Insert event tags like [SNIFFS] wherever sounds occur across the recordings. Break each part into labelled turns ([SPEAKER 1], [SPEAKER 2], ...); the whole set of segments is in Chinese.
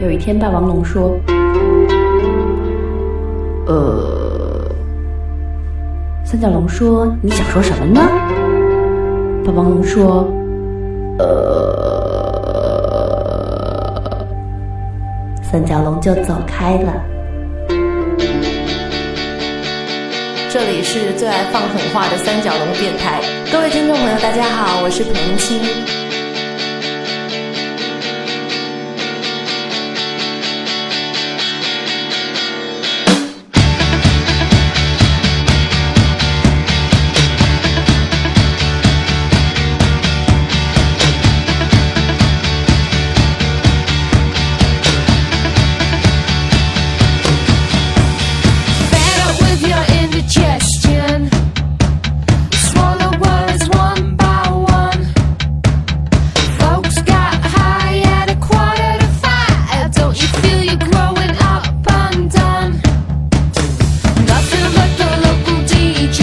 [SPEAKER 1] 有一天，霸王龙说：“呃。”三角龙说：“你想说什么呢？”霸王龙说：“呃。”三角龙就走开了。
[SPEAKER 2] 这里是最爱放狠话的三角龙电台，各位听众朋友，大家好，我是彭青。
[SPEAKER 3] Better with your indigestion. Swallow words one by one. Folks got high at a quarter to five. Don't you feel you're growing up undone? Nothing but the local DJ.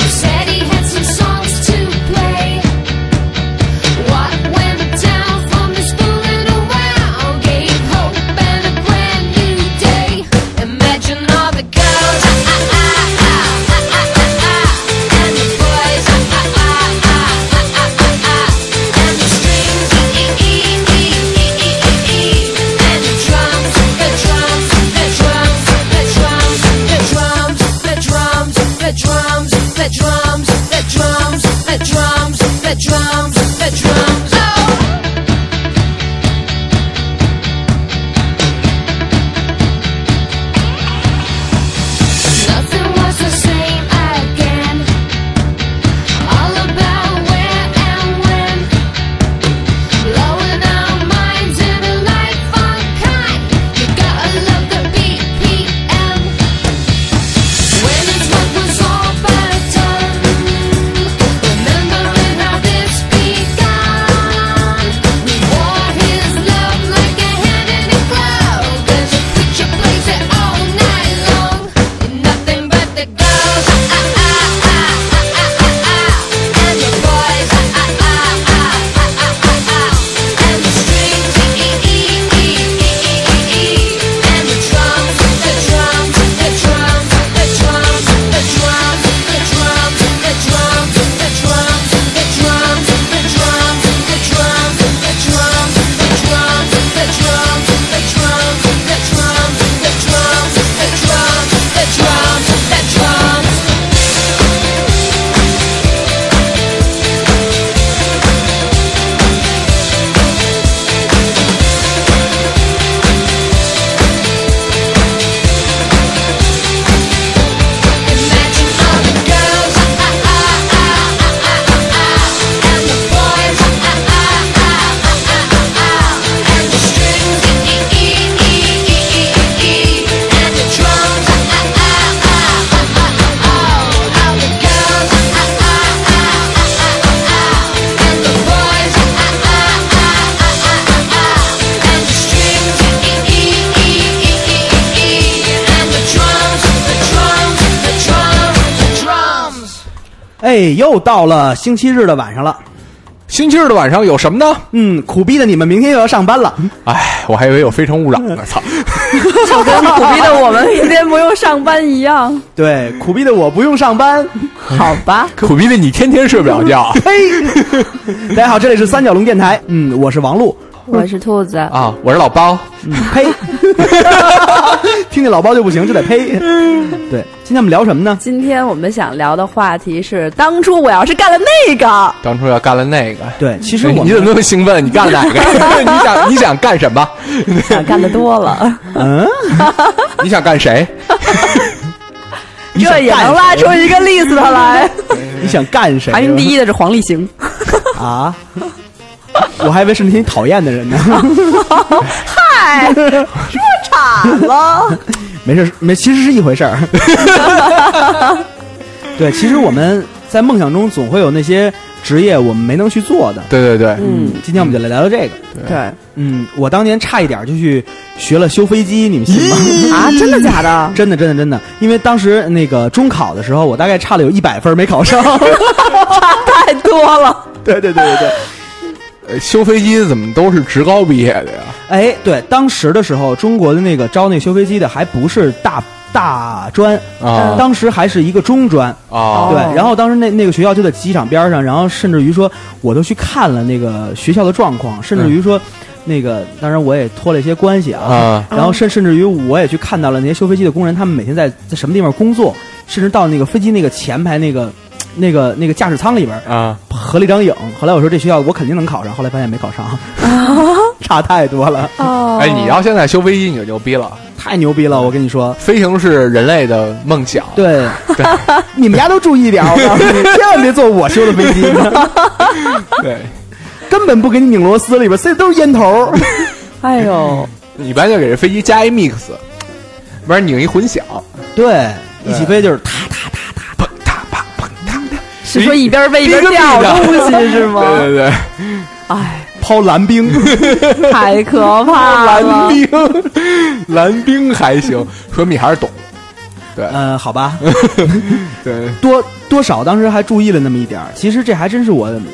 [SPEAKER 3] He said he had some songs to play. What went down from this fooling around gave hope and a brand new day. Imagine all the girls ah, ah, ah, ah, ah, ah, ah, ah, and the boys ah, ah, ah, ah, ah, ah, ah, ah, and the strings ee, ee, ee, ee, ee, ee, ee, ee, and the drums, the drums, the drums, the drums, the drums, the drums, the drums, the drums, the drums, the drums, the drums, the drums. Oh. Nothing was the same again. All about where and when. Blowing our minds in a life on kind. You gotta love the BPM. When it's what was all but done. Remembering how this began. We wore his love like a hand in a glove. 'Cause a preacher plays it all night long. And nothing but the girls. Ah, ah, ah, ah, ah, ah, ah, ah. And the boys. Ah, ah, ah, ah, ah, ah, ah, ah. And the strings. Ee, ee, ee, ee, ee, ee, ee, ee. And the drums. The drums. The drums. The drums. The drums. The drums. The drums. The drums. The drums. The drums. The drums. The drums. The drums. The drums. The drums. The drums. The drums. The drums. The drums. The drums. Imagine all the girls, ah ah ah ah ah ah ah, and the boys, ah ah ah ah ah ah ah, and the strings, ee ee ee ee ee ee, and the drums, ah ah ah ah ah ah ah, all the girls, ah ah ah ah ah ah ah, and the boys, ah ah ah ah ah ah ah, and the strings, ee ee ee ee ee ee ee, and the drums, the drums, the drums, the drums.
[SPEAKER 4] 哎，又到了星期日的晚上了。
[SPEAKER 5] 星期日的晚上有什么呢？
[SPEAKER 4] 嗯，苦逼的你们明天又要上班了。
[SPEAKER 5] 哎，我还以为有《非诚勿扰》 [LAUGHS] 呢，操！
[SPEAKER 6] 就跟苦逼的我们明天不用上班一样，
[SPEAKER 4] 对，苦逼的我不用上班。
[SPEAKER 6] 好吧？
[SPEAKER 5] 苦逼的你天天睡不了觉 [LAUGHS]
[SPEAKER 4] 嘿，大家好，这里是三角龙电台。嗯，我是王璐。
[SPEAKER 6] [LAUGHS] 我是兔子，
[SPEAKER 5] 啊！我是老包，
[SPEAKER 4] 嗯，呸！听见老包就不行，就得呸。对，今天我们聊什么呢？
[SPEAKER 6] 今天我们想聊的话题是，当初我要是干了那个，
[SPEAKER 5] 当初要干了那个。
[SPEAKER 4] 对，其实
[SPEAKER 5] 哎
[SPEAKER 4] 我
[SPEAKER 5] 你怎么
[SPEAKER 4] 们
[SPEAKER 5] 那么兴奋？你干了哪个？ [LAUGHS] 你想你想干什么？
[SPEAKER 6] 想干的多了，
[SPEAKER 5] 你想干谁？
[SPEAKER 6] [LAUGHS] 这也能拉出一个 list [LAUGHS] 来。
[SPEAKER 4] 你想干谁？
[SPEAKER 6] 排名第一的是黄立行，
[SPEAKER 4] 啊？我还以为是那些讨厌的人呢。
[SPEAKER 6] 嗨，说惨了。
[SPEAKER 4] 没事，没，其实是一回事儿。 [LAUGHS] 对，其实我们在梦想中总会有那些职业我们没能去做的。
[SPEAKER 5] 对对对，
[SPEAKER 4] 嗯，今天我们就来聊聊这个。
[SPEAKER 6] [LAUGHS] 对啊，
[SPEAKER 4] 嗯，我当年差一点就去学了修飞机，你们信吗？
[SPEAKER 6] 啊真的假的？
[SPEAKER 4] [LAUGHS] 真的，真的，真的，因为当时那个中考的时候，我大概差了有一百分儿没考上。
[SPEAKER 6] 太多了。
[SPEAKER 4] 对对对对对。
[SPEAKER 5] [LAUGHS] 呃修飞机怎么都是职高毕业的呀？
[SPEAKER 4] [LAUGHS] 哎，对，当时的时候，中国的那个招那修飞机的还不是大大专，
[SPEAKER 5] 啊
[SPEAKER 4] 当时还是一个中专。
[SPEAKER 5] 啊
[SPEAKER 4] 对，然后当时那那个学校就在机场边上，然后甚至于说，我都去看了那个学校的状况，甚至于说，那个当然我也托了一些关系啊，
[SPEAKER 5] 啊
[SPEAKER 4] 然后甚甚至于我也去看到了那些修飞机的工人，他们每天在在什么地方工作，甚至到那个飞机那个前排那个 [SNIFFS] 那个那个驾驶舱里边
[SPEAKER 5] 啊！
[SPEAKER 4] 合了一张影。后来我说这学校我肯定能考上，后来发现没考上， [LAUGHS] 差太多了，
[SPEAKER 6] 哦，
[SPEAKER 5] 哎，你要现在修飞机你就牛逼了，
[SPEAKER 4] 太牛逼了！我跟你说，
[SPEAKER 5] 飞行是人类的梦想。
[SPEAKER 4] 对，
[SPEAKER 5] [LAUGHS]
[SPEAKER 4] 你们家都注意点儿，我告诉你，千万别坐我修的飞机，
[SPEAKER 5] 对，
[SPEAKER 4] 根本不给你拧螺丝，里边塞的都是烟头。
[SPEAKER 6] 哎呦，
[SPEAKER 5] 你一般就给这飞机加一 mix，不然拧一混响，
[SPEAKER 4] [LAUGHS] 对，一起飞就是啪嗒
[SPEAKER 5] 砰嗒啪砰嗒嗒。
[SPEAKER 6] 是说一边飞一边
[SPEAKER 5] 一个
[SPEAKER 6] 掉
[SPEAKER 5] 屁的
[SPEAKER 6] 东西是吗？
[SPEAKER 5] 对对对，
[SPEAKER 6] 哎，
[SPEAKER 4] 抛蓝冰，
[SPEAKER 6] 太可怕
[SPEAKER 5] 蓝
[SPEAKER 6] 了！
[SPEAKER 5] 冰， [LAUGHS] 蓝冰还行，说明你还是懂。
[SPEAKER 4] 呃，好吧，
[SPEAKER 5] 对，
[SPEAKER 4] 多多少当时还注意了那么一点儿。其实这还真是我嗯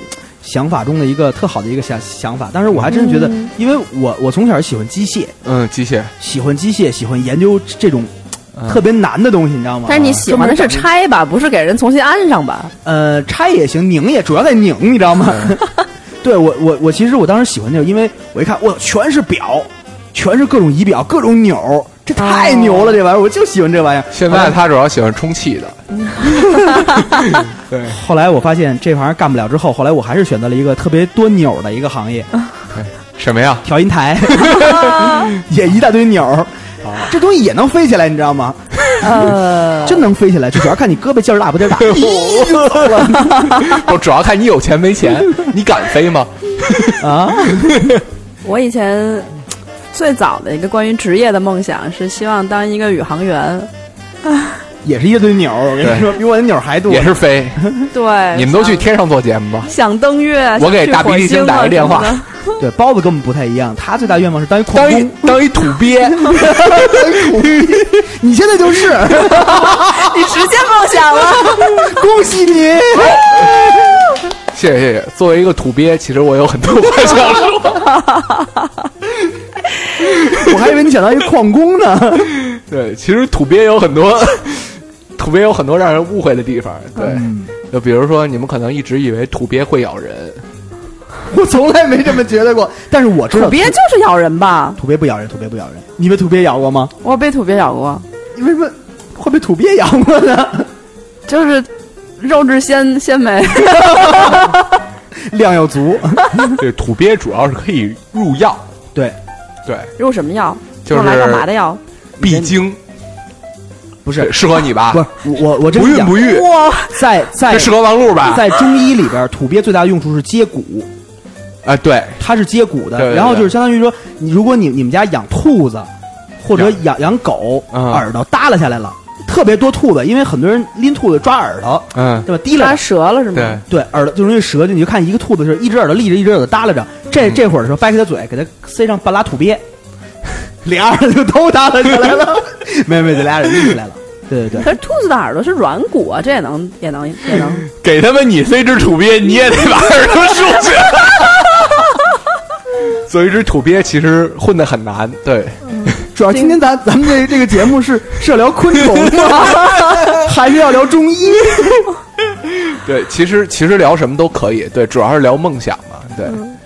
[SPEAKER 4] 想法中的一个特好的一个想想法。当时我还真是觉得，
[SPEAKER 6] 嗯
[SPEAKER 4] 因为我我从小喜欢机械，
[SPEAKER 5] 嗯，机械
[SPEAKER 4] 喜欢机械，喜欢研究这种
[SPEAKER 5] 嗯
[SPEAKER 4] 特别难的东西，你知道吗？
[SPEAKER 6] [LAUGHS] 但是你喜欢的是拆吧，不是给人重新安上吧？
[SPEAKER 4] 呃，拆也行，拧也，主要在拧，你知道吗？ [LAUGHS] 对我，我我其实我当时喜欢那种，因为我一看，我全是表，全是各种仪表，各种钮儿，这太牛了，这玩意儿，我就喜欢这玩意儿。
[SPEAKER 5] 哦现
[SPEAKER 4] 后
[SPEAKER 5] 在
[SPEAKER 4] 来
[SPEAKER 5] 他主要喜欢充气的。对，
[SPEAKER 4] 后来我发现这玩意儿干不了之后，后来我还是选择了一个特别多钮儿的一个行
[SPEAKER 5] [LAUGHS]
[SPEAKER 4] 业，
[SPEAKER 5] 什么呀？
[SPEAKER 4] 调音
[SPEAKER 5] [LAUGHS]
[SPEAKER 4] 台， [LAUGHS] 也一大堆钮儿，
[SPEAKER 5] 哦
[SPEAKER 4] 这东西也能飞起来，你知道
[SPEAKER 5] [LAUGHS]
[SPEAKER 4] 吗？
[SPEAKER 6] 呃，
[SPEAKER 4] [LAUGHS] 真能飞起来，就主要看你胳膊劲儿大不劲
[SPEAKER 5] [LAUGHS]
[SPEAKER 4] 儿大。 [LAUGHS]
[SPEAKER 5] 我主要看你有钱没钱，你敢飞吗？
[SPEAKER 4] 啊
[SPEAKER 6] 我以前最早的一个关于职业的梦想是希望当一个宇航员，
[SPEAKER 4] 也是一堆钮儿，我跟你说，比我的钮儿还多。
[SPEAKER 5] 也是飞，
[SPEAKER 6] 对，
[SPEAKER 5] 你们都去
[SPEAKER 6] 想
[SPEAKER 5] 天上做节目吧。
[SPEAKER 6] 想登月，
[SPEAKER 5] 我给
[SPEAKER 6] 想去
[SPEAKER 5] 大鼻
[SPEAKER 6] 火
[SPEAKER 5] 涕精
[SPEAKER 6] 星
[SPEAKER 5] 打
[SPEAKER 6] 啊
[SPEAKER 5] 个电
[SPEAKER 6] 什么
[SPEAKER 5] 话
[SPEAKER 6] 的
[SPEAKER 4] 对，包子跟我们不太一样，他最大愿望是当一矿
[SPEAKER 5] 当一
[SPEAKER 4] 工，
[SPEAKER 5] 当一土鳖，
[SPEAKER 4] 你现在 [LAUGHS] 就是，
[SPEAKER 6] 你实现梦想了，
[SPEAKER 4] 恭喜你。
[SPEAKER 5] 谢谢谢谢。作为一个土鳖，其实我有很多话想说。
[SPEAKER 4] 我还以为你想当一矿工呢。 [LAUGHS]
[SPEAKER 5] 对，其实土鳖有很多， [LAUGHS] 土鳖有很多让人误会的地方。对，就比如说你们可能一直以为土鳖会咬人，
[SPEAKER 4] 我从来没这么觉得过，但是我知道
[SPEAKER 6] [LAUGHS] 土鳖就是咬人吧？
[SPEAKER 4] 土鳖不咬人，土鳖不咬人。你被土鳖咬过吗？
[SPEAKER 6] 我被土鳖咬过，
[SPEAKER 4] 你为什么会被土鳖咬过呢？
[SPEAKER 6] 就是肉质鲜鲜 [LAUGHS] 美，
[SPEAKER 4] 量要足， [LAUGHS]
[SPEAKER 5] 对，土鳖主要是可以入药，
[SPEAKER 4] 对，
[SPEAKER 5] 对，
[SPEAKER 6] 用什么药？
[SPEAKER 5] 就是
[SPEAKER 6] 用来干嘛的药？
[SPEAKER 5] 必经，
[SPEAKER 4] 不
[SPEAKER 5] 对
[SPEAKER 4] 是
[SPEAKER 5] 适合你吧？
[SPEAKER 4] 不是我我这
[SPEAKER 5] 不
[SPEAKER 4] 是
[SPEAKER 5] 孕
[SPEAKER 4] 讲
[SPEAKER 5] 不育，
[SPEAKER 6] [LAUGHS] 哇，
[SPEAKER 4] 在在
[SPEAKER 5] 这适合王璐吧？
[SPEAKER 4] 在中医里边，土鳖最大的用处是接骨，
[SPEAKER 5] 啊，对，
[SPEAKER 4] 它是接骨的。
[SPEAKER 5] 对对对
[SPEAKER 4] 然后就是相当于说，你如果你你们家养兔子或者养养狗，
[SPEAKER 5] 嗯
[SPEAKER 4] 耳朵耷拉下来了，特别多兔子，因为很多人拎兔子抓耳朵，
[SPEAKER 5] 嗯，
[SPEAKER 4] 对吧？提拉
[SPEAKER 6] 扎折了是吗？
[SPEAKER 5] 对，
[SPEAKER 4] 对，耳朵就容易折进去。看一个兔子是一只耳朵立着，一只耳朵耷拉着。这这会儿的时候，掰开它嘴，给它塞上半拉土鳖， [LAUGHS] 俩耳朵就都耷拉起来了。没有没有，这俩人立起来了。对对
[SPEAKER 6] 可
[SPEAKER 4] 对，
[SPEAKER 6] 是兔子的耳朵是软骨啊，这也能也能也能。
[SPEAKER 5] 给他们你塞只土鳖，你也得把耳朵竖
[SPEAKER 4] [LAUGHS]
[SPEAKER 5] 起来。做一只土鳖其实混得很难，对，
[SPEAKER 4] 嗯主要今天咱咱们这这个节目是是要聊昆虫吗？ [LAUGHS] 还是要聊中医？
[SPEAKER 5] 对，其实其实聊什么都可以，对，主要是聊梦想嘛，对，
[SPEAKER 4] 嗯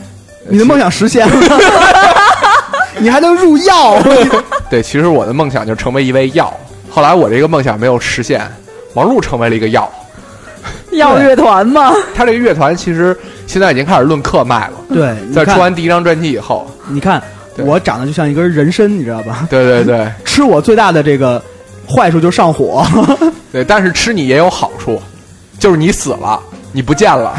[SPEAKER 4] 你的梦想实现 [LAUGHS] 了，你还能入药？
[SPEAKER 5] 对，其实我的梦想就成为一味药，后来我这个梦想没有实现，王璐成为了一个药，
[SPEAKER 6] [LAUGHS] 药乐团吗？
[SPEAKER 5] 他这个乐团其实现在已经开始论课卖了，
[SPEAKER 4] [LAUGHS] 对，你
[SPEAKER 5] 在出
[SPEAKER 4] 看，
[SPEAKER 5] 完第一张专辑以后，
[SPEAKER 4] 你看，
[SPEAKER 5] 对
[SPEAKER 4] 我长得就像一根人参，你知道吧？
[SPEAKER 5] 对对对
[SPEAKER 4] 吃我最大的这个坏处就是上火。 [LAUGHS]
[SPEAKER 5] 对，但是吃你也有好处，就是你死了，你不见了，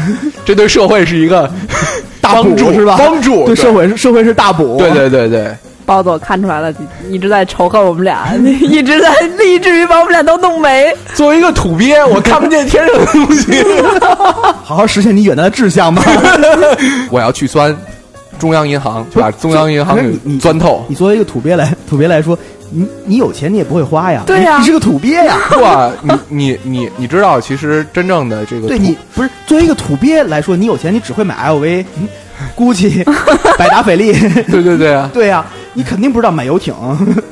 [SPEAKER 5] 这对社会是一个
[SPEAKER 4] [LAUGHS] 大补
[SPEAKER 5] 帮助
[SPEAKER 4] 是吧？
[SPEAKER 5] 帮助
[SPEAKER 4] 对
[SPEAKER 5] 对
[SPEAKER 4] 社会是社会是大补。
[SPEAKER 5] 对对对对，
[SPEAKER 6] 包子，我看出来了，你一直在仇恨我们俩，你一直在 [LAUGHS] 立志于把我们俩都弄没。
[SPEAKER 5] 作为一个土鳖，我看不见天上的东西， [LAUGHS]
[SPEAKER 4] 好好实现你远大的志 [LAUGHS] 向吧。
[SPEAKER 5] 我要去钻中央银行，把中央银行
[SPEAKER 4] 不是你
[SPEAKER 5] 给
[SPEAKER 4] 你
[SPEAKER 5] 钻透。
[SPEAKER 4] 你作为一个土鳖来土鳖来说，你你有钱你也不会花呀。
[SPEAKER 6] 对呀
[SPEAKER 4] 你你是个土鳖呀。
[SPEAKER 5] 哇，你你你你知道，其实真正的这个
[SPEAKER 4] 对
[SPEAKER 5] 土
[SPEAKER 4] 你不是作为一个土鳖来说，你有钱你只会买 LV，嗯 [LAUGHS] GUCCI、百达翡丽，
[SPEAKER 5] 对对对啊！
[SPEAKER 4] 对呀、你肯定不知道买游艇、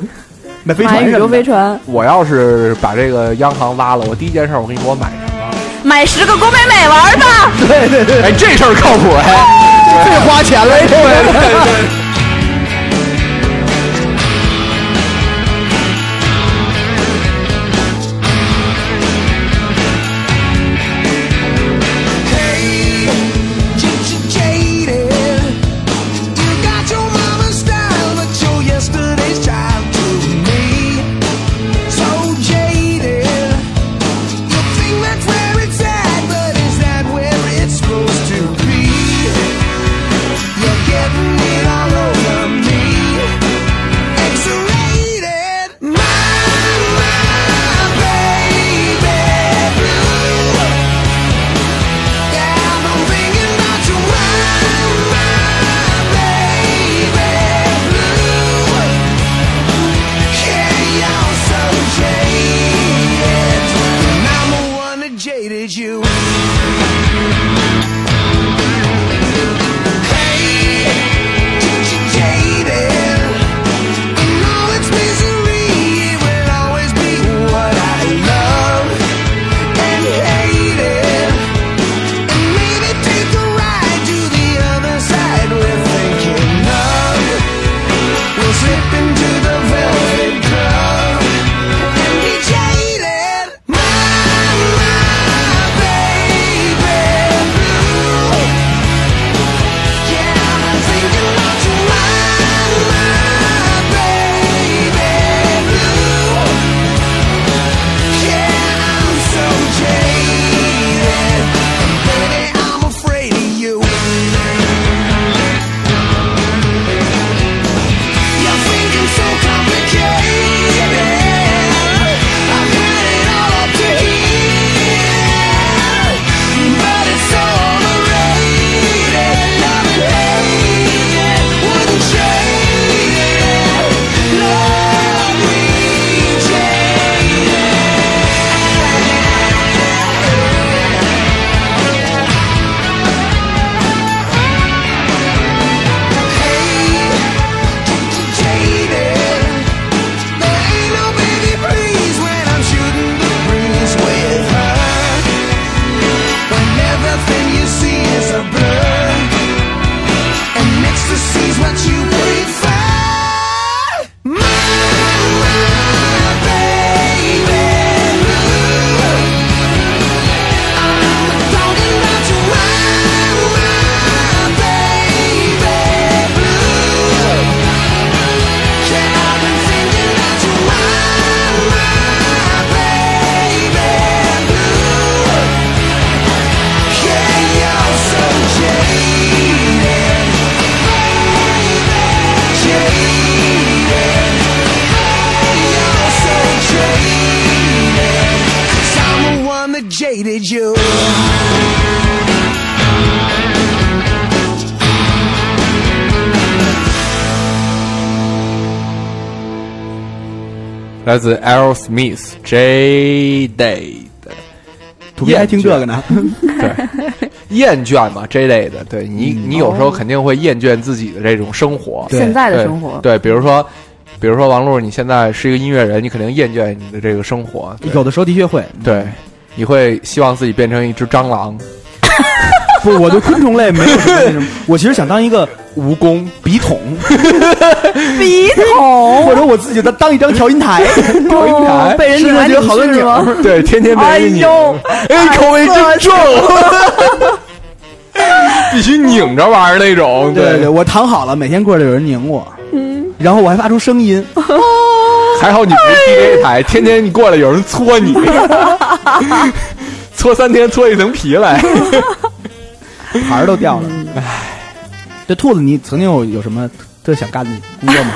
[SPEAKER 4] [LAUGHS] 买飞
[SPEAKER 6] 买
[SPEAKER 4] 船
[SPEAKER 6] 宇
[SPEAKER 4] 什
[SPEAKER 6] 宙
[SPEAKER 4] 么
[SPEAKER 6] 飞
[SPEAKER 4] 的。
[SPEAKER 6] 船，
[SPEAKER 5] 我要是把这个央行挖了，我第一件事儿我给你给我买什么？
[SPEAKER 6] 买十个郭美美玩吧。
[SPEAKER 4] [LAUGHS] 对对对，
[SPEAKER 5] 哎，这事儿靠谱哎！
[SPEAKER 4] 最花钱了，这
[SPEAKER 5] 对
[SPEAKER 4] 个
[SPEAKER 5] 对对，
[SPEAKER 7] My, my baby blue. Yeah, I'm thinking about you, my, baby blue. Yeah, you're so jaded, and I'm the one that jaded you. Hey, jaded, and all its misery, it will always be what I love and hated. And maybe take a ride to the other side. We're thinking of. We'll slip into the velvet club and be jaded. My, my baby blue. Yeah, I'm thinking about you. My, my baby blue. Yeah, I'm so jaded. Baby, I'm afraid of you. You're thinking so complicated. I've had it all up to here. But it's so overrated. Love and hate it. Wouldn't trade it. Love me, jaded. You prefer my, my baby blue. Talking about you, my baby blue. Yeah, I've been thinking about you, my baby blue. Yeah, you're so jaded, jaded. You're so jaded, 'cause I'm the one that jaded you.
[SPEAKER 5] 对来自 Aerosmith J Day 的
[SPEAKER 4] 土鳖还听这个呢。
[SPEAKER 6] [LAUGHS]
[SPEAKER 5] 对，厌倦嘛这类的，对你，你有时候肯定会厌倦自己的这种生活，
[SPEAKER 4] 对
[SPEAKER 6] 嗯哦现在的
[SPEAKER 5] 对
[SPEAKER 6] 生活，
[SPEAKER 5] 对，比如说，比如说王璐，你现在是一个音乐人，你肯定厌倦你的这个生活，对
[SPEAKER 4] [LAUGHS] 有的时候的确会，
[SPEAKER 5] 对，你会希望自己变成一只蟑螂、
[SPEAKER 4] 不，我对昆虫类没有什么那什么。我其实想当一个
[SPEAKER 5] 蜈蚣，
[SPEAKER 4] 笔
[SPEAKER 6] [LAUGHS]
[SPEAKER 4] 筒，
[SPEAKER 6] 笔
[SPEAKER 4] [LAUGHS]
[SPEAKER 6] 筒，哦
[SPEAKER 4] 或者我自己的当一张 [LAUGHS] 调音台，
[SPEAKER 5] 调音台
[SPEAKER 6] 被人
[SPEAKER 4] 身
[SPEAKER 6] 拧
[SPEAKER 4] 上
[SPEAKER 6] 来
[SPEAKER 4] 就
[SPEAKER 6] 拧
[SPEAKER 4] 有好多
[SPEAKER 6] 去是
[SPEAKER 4] 钮
[SPEAKER 6] 吗？
[SPEAKER 4] 儿。
[SPEAKER 5] 对，天天
[SPEAKER 6] 哎
[SPEAKER 5] 被人拧，
[SPEAKER 6] 呦，
[SPEAKER 5] 哎，口味真重， [LAUGHS] 必须拧着玩儿那种，
[SPEAKER 4] [LAUGHS] 对对对，我躺好了，每天过来有人拧我，
[SPEAKER 6] 嗯
[SPEAKER 4] 然后我还发出声
[SPEAKER 6] [LAUGHS]
[SPEAKER 4] 音，
[SPEAKER 5] 还好你不是 DJ 台，天天你过来有人搓你， [LAUGHS] 搓三天搓一层皮
[SPEAKER 6] [LAUGHS]
[SPEAKER 5] 来。
[SPEAKER 4] 牌儿都掉了。唉，这兔子，你曾经有有什么特想干的工作吗？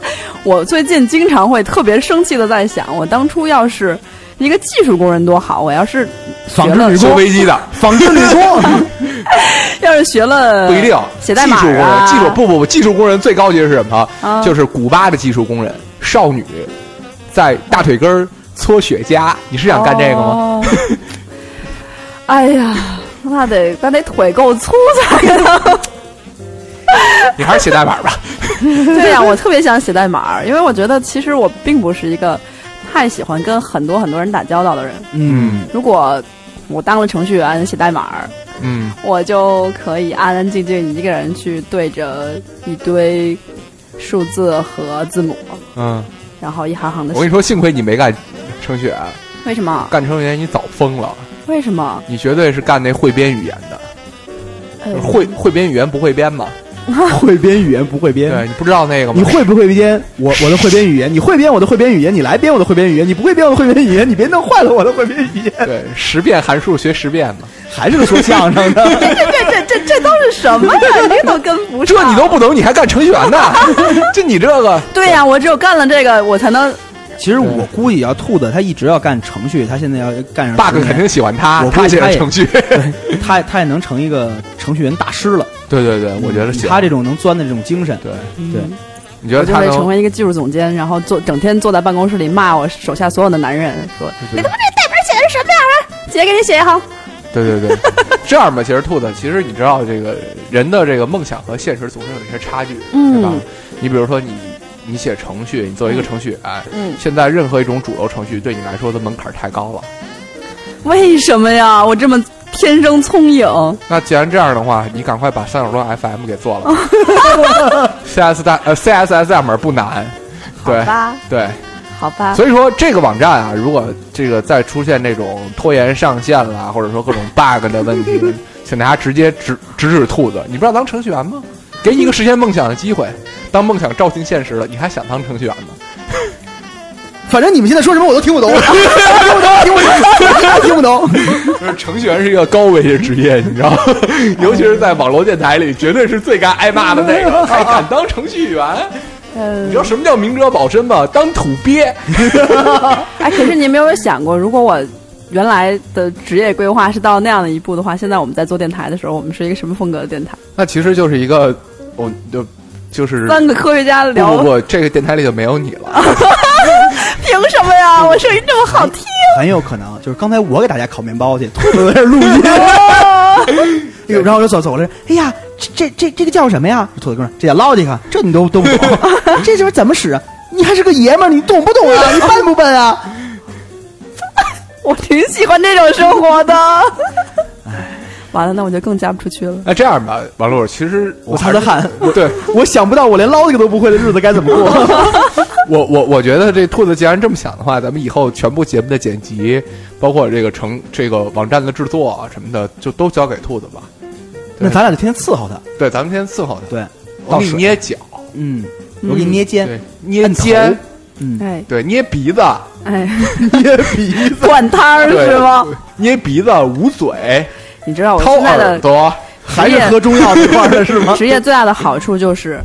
[SPEAKER 4] [LAUGHS]
[SPEAKER 6] 我最近经常会特别生气的在想，我当初要是一个技术工人多好，我要是学
[SPEAKER 4] 纺织
[SPEAKER 6] 了
[SPEAKER 4] 女
[SPEAKER 5] 修飞机的
[SPEAKER 4] 纺织女工，
[SPEAKER 6] 要是学了
[SPEAKER 5] [LAUGHS] 不一定，
[SPEAKER 6] [LAUGHS] 写代码
[SPEAKER 5] 技术工人，
[SPEAKER 6] 啊，
[SPEAKER 5] 技术不不不，技术工人最高级是什么？
[SPEAKER 6] 啊
[SPEAKER 5] 就是古巴的技术工人，少女在大腿根儿搓雪茄。你是想干这个吗？
[SPEAKER 6] 哦？哎呀，那得那得腿够粗才能
[SPEAKER 5] 你还是写代码
[SPEAKER 6] [LAUGHS]
[SPEAKER 5] 吧。
[SPEAKER 6] 对呀、我特别想写代码，因为我觉得其实我并不是一个太喜欢跟很多很多人打交道的人。
[SPEAKER 4] 嗯，
[SPEAKER 6] 如果我当了程序员写代码，
[SPEAKER 5] 嗯，
[SPEAKER 6] 我就可以安安静静一个人去对着一堆数字和字母，
[SPEAKER 5] 嗯，
[SPEAKER 6] 然后一行行的
[SPEAKER 5] 我跟你
[SPEAKER 6] 写。
[SPEAKER 5] 说，幸亏你没干程序员，
[SPEAKER 6] 为什么？
[SPEAKER 5] 干程序员你早疯了，
[SPEAKER 6] 为什么？
[SPEAKER 5] 你绝对是干那汇编语言的。
[SPEAKER 6] 哎呦
[SPEAKER 5] 会会编语言不会编嘛？
[SPEAKER 4] 会编语言不会
[SPEAKER 5] 对
[SPEAKER 4] 编。
[SPEAKER 5] 你不知道那个
[SPEAKER 4] 你
[SPEAKER 5] 吗？
[SPEAKER 4] 会不会编？我我的会编语言，你会编我的会编语言，你来编我的会编语言，你不会编我的会编语言，你别弄坏了我的会编语言。
[SPEAKER 5] [LAUGHS] 对十遍函数学十遍嘛？
[SPEAKER 4] 还是个说相声的，
[SPEAKER 6] [LAUGHS]
[SPEAKER 4] [LAUGHS]
[SPEAKER 6] 这这这这都是什么呀？你都跟不上。
[SPEAKER 5] 这你都不懂，你还干程序 [LAUGHS] 员呢？就你这 [LAUGHS] 个，
[SPEAKER 6] 对呀、我只有干了这个，我才能
[SPEAKER 4] 其实我估计啊，兔子他一直要干程序，他现在要干上
[SPEAKER 5] bug
[SPEAKER 4] 程序
[SPEAKER 5] 肯定喜欢他，
[SPEAKER 4] 我估计
[SPEAKER 5] 他写
[SPEAKER 4] 他
[SPEAKER 5] 的
[SPEAKER 4] 也
[SPEAKER 5] 程序。 [LAUGHS]
[SPEAKER 4] 他他也能成一个程序员大师了。
[SPEAKER 5] 对对对，我觉得
[SPEAKER 4] 以
[SPEAKER 5] 喜
[SPEAKER 4] 他
[SPEAKER 5] 欢
[SPEAKER 4] 这种能钻的这种精神，
[SPEAKER 5] 对，
[SPEAKER 4] 对，
[SPEAKER 5] 你觉
[SPEAKER 6] 我
[SPEAKER 5] 得
[SPEAKER 6] 就
[SPEAKER 5] 他
[SPEAKER 6] 会
[SPEAKER 5] 能
[SPEAKER 6] 成为一个技术总监，然后坐整天坐在办公室里骂我手下所有的男人，说
[SPEAKER 5] 嗯
[SPEAKER 6] 你他妈这代码写的是什么玩意儿？姐给你写一行。
[SPEAKER 5] 对对对，这样吧，其实兔子，其实你知道这个人的这个梦想和现实总是有一些差距，
[SPEAKER 6] 嗯
[SPEAKER 5] 对吧？你比如说你你写程序，你作为一个程序员，
[SPEAKER 6] 嗯
[SPEAKER 5] 现在任何一种主流程序对你来说的门槛太高了。
[SPEAKER 6] 为什么呀？我这么天生聪颖，
[SPEAKER 5] 那既然这样的话，你赶快把三角洲 FM 给做了吧，CS 大呃 CSSM 不难，对
[SPEAKER 6] 吧？
[SPEAKER 5] 对，
[SPEAKER 6] 好吧，
[SPEAKER 5] 所以说这个网站啊，如果这个再出现那种拖延上线啦，或者说各种 bug 的问题，请大家直接直直指兔子。你不要当程序员吗？给你一个实现梦想的机会，当梦想照进现实了，你还想当程序员吗？
[SPEAKER 4] 反正你们现在说什么我都 [LAUGHS] 听不懂，我听不懂，听不懂，听不懂。
[SPEAKER 5] 就是程序员是一个高危的职业，你知道吗？ [LAUGHS] 尤其是在网络电台里，绝对是最该挨骂的那个，还敢当程序员？你
[SPEAKER 6] 嗯
[SPEAKER 5] 知，道什么叫明哲保身吗？当土鳖。
[SPEAKER 6] 哎，可是你有没有想过，如果我原来的职业规划是到那样的一步的话，现在我们在做电台的时候，我们是一个什么风格的电台？
[SPEAKER 5] [LAUGHS] 那其实就是一个，我就就是
[SPEAKER 6] 三个科学家聊，
[SPEAKER 5] 不不不，这个电台里就没有你了。 [LAUGHS]
[SPEAKER 6] 凭什么呀？我声音这么好听，
[SPEAKER 4] 很有可能就是刚才我给大家烤面包去，兔子在这录
[SPEAKER 5] [LAUGHS]
[SPEAKER 4] 音，哎呦然后我就走走了，哎呀，这这这这个叫什么呀？兔子哥们儿，这叫捞几个，这你都都不懂，
[SPEAKER 5] [LAUGHS]
[SPEAKER 4] 这就是怎么使啊？你还是个爷们儿，你懂不懂啊？你笨不笨啊？
[SPEAKER 6] 我挺喜欢这种生活的。
[SPEAKER 5] 哎
[SPEAKER 6] 完了，那我就更嫁不出去了。
[SPEAKER 5] 那这样吧，王璐，其实我
[SPEAKER 4] 我
[SPEAKER 5] 还
[SPEAKER 4] 擦
[SPEAKER 5] 是 [LAUGHS]
[SPEAKER 4] 着汗，
[SPEAKER 5] 对
[SPEAKER 4] 我想不到我连捞几个都不会的日子该怎么
[SPEAKER 5] [LAUGHS]
[SPEAKER 4] 过。
[SPEAKER 5] 我我我觉得这兔子既然这么想的话，咱们以后全部节目的剪辑，包括这个成这个网站的制作啊什么的，就都交给兔子吧。
[SPEAKER 4] 那咱俩就天天伺候他，
[SPEAKER 5] 对，咱们先伺候他，
[SPEAKER 4] 对，
[SPEAKER 5] 我给
[SPEAKER 4] 倒
[SPEAKER 5] 你
[SPEAKER 4] 水
[SPEAKER 5] 捏脚，
[SPEAKER 4] 嗯，我给你捏肩，
[SPEAKER 5] 对，捏
[SPEAKER 4] 摁头
[SPEAKER 5] 肩，
[SPEAKER 4] 嗯，
[SPEAKER 6] 哎
[SPEAKER 5] 对，捏鼻 [LAUGHS] 子，
[SPEAKER 6] 哎，
[SPEAKER 4] 捏鼻子。
[SPEAKER 6] 管摊儿
[SPEAKER 5] 对
[SPEAKER 6] 是吗？？
[SPEAKER 5] 捏鼻子，捂嘴，
[SPEAKER 6] 你知道我
[SPEAKER 5] 掏
[SPEAKER 6] 现在
[SPEAKER 5] 耳
[SPEAKER 6] 的
[SPEAKER 5] 朵，
[SPEAKER 4] 还是喝中药这块儿的是
[SPEAKER 5] [LAUGHS]
[SPEAKER 4] 吗？
[SPEAKER 6] 职业最大的好处就是，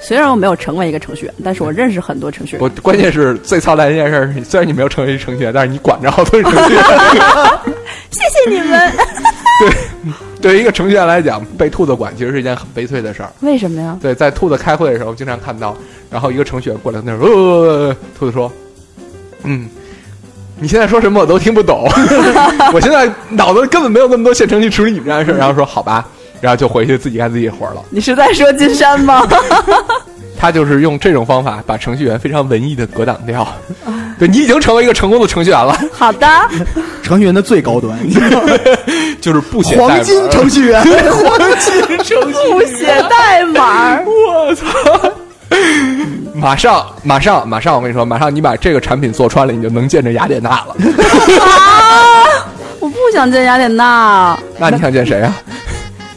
[SPEAKER 6] 虽然我没有成为一个程序员，但是我认识很多程序员。
[SPEAKER 5] 我关键是最操蛋的一件事儿是，虽然你没有成为程序员，但是你管着好多程
[SPEAKER 4] [LAUGHS]
[SPEAKER 5] 序员。
[SPEAKER 6] 谢谢你
[SPEAKER 5] [LAUGHS]
[SPEAKER 6] 们。
[SPEAKER 5] 对于一个程序员来讲，被兔子管其实是一件很悲催的事儿。
[SPEAKER 6] 为什么呀？
[SPEAKER 5] 对，在兔子开会的时候，经常看到，然后一个程序员过来那儿，呃，兔子说：“嗯，你现在说什么我都听不懂， [LAUGHS] 我现在脑子根本没有那么多现成去处理你们家的事儿。”然后说：“好吧。”然后就回去自己干自己活儿了。
[SPEAKER 6] 你是在说金山
[SPEAKER 5] [LAUGHS]
[SPEAKER 6] 吗？
[SPEAKER 5] 他就是用这种方法把程序员非常文艺的格挡掉。
[SPEAKER 4] 啊
[SPEAKER 5] 对你已经成为一个成功的程序员
[SPEAKER 4] [LAUGHS]
[SPEAKER 5] 了，
[SPEAKER 6] 好的，
[SPEAKER 4] 程序员的最
[SPEAKER 5] [LAUGHS]
[SPEAKER 4] 高端，
[SPEAKER 5] 就是不写代码
[SPEAKER 4] 黄金程序
[SPEAKER 5] [LAUGHS]
[SPEAKER 4] 员，黄金。
[SPEAKER 5] 程
[SPEAKER 4] [LAUGHS]
[SPEAKER 5] 序
[SPEAKER 6] 不写代码 [LAUGHS] 儿。
[SPEAKER 5] 我操！马上，马上，马上！我跟你说，马上你把这个产品做穿了，你就能见着雅典娜
[SPEAKER 4] [LAUGHS]
[SPEAKER 5] 了。
[SPEAKER 6] 啊我不想见雅典娜，
[SPEAKER 5] 那你想见谁啊？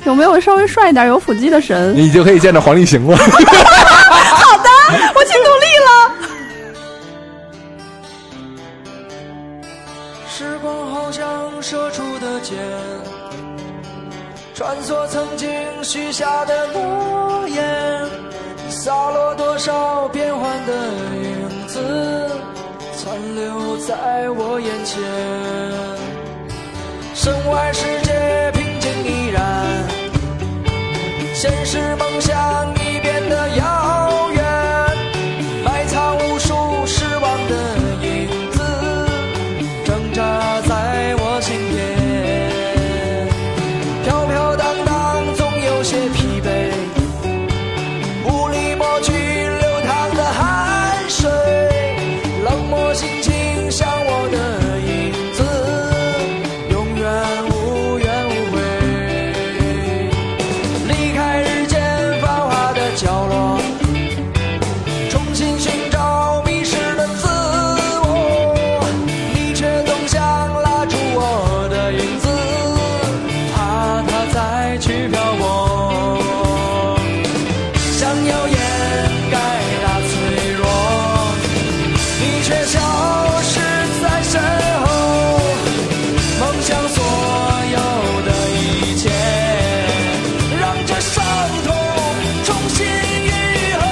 [SPEAKER 6] 有没有稍微帅一点、有腹肌的 [LAUGHS] 神？
[SPEAKER 5] 你就可以见着黄
[SPEAKER 4] [LAUGHS]
[SPEAKER 5] 立行了。
[SPEAKER 6] 我去努力了。
[SPEAKER 8] 时光好像射出的箭，穿梭曾经许下的诺言，洒落多少变幻的影子，残留在我眼前。身外世界平静依然，现实梦想已变得遥远，埋藏无数失望的影子。挣扎在我心田，飘飘荡荡总有些疲惫，离开日渐繁华的角落，重新寻找迷失的自我。你却总想拉住我的影子，怕它再去漂泊。想要掩盖那脆弱，你却消失在身后。梦想所有的一切，让这伤痛重新愈合。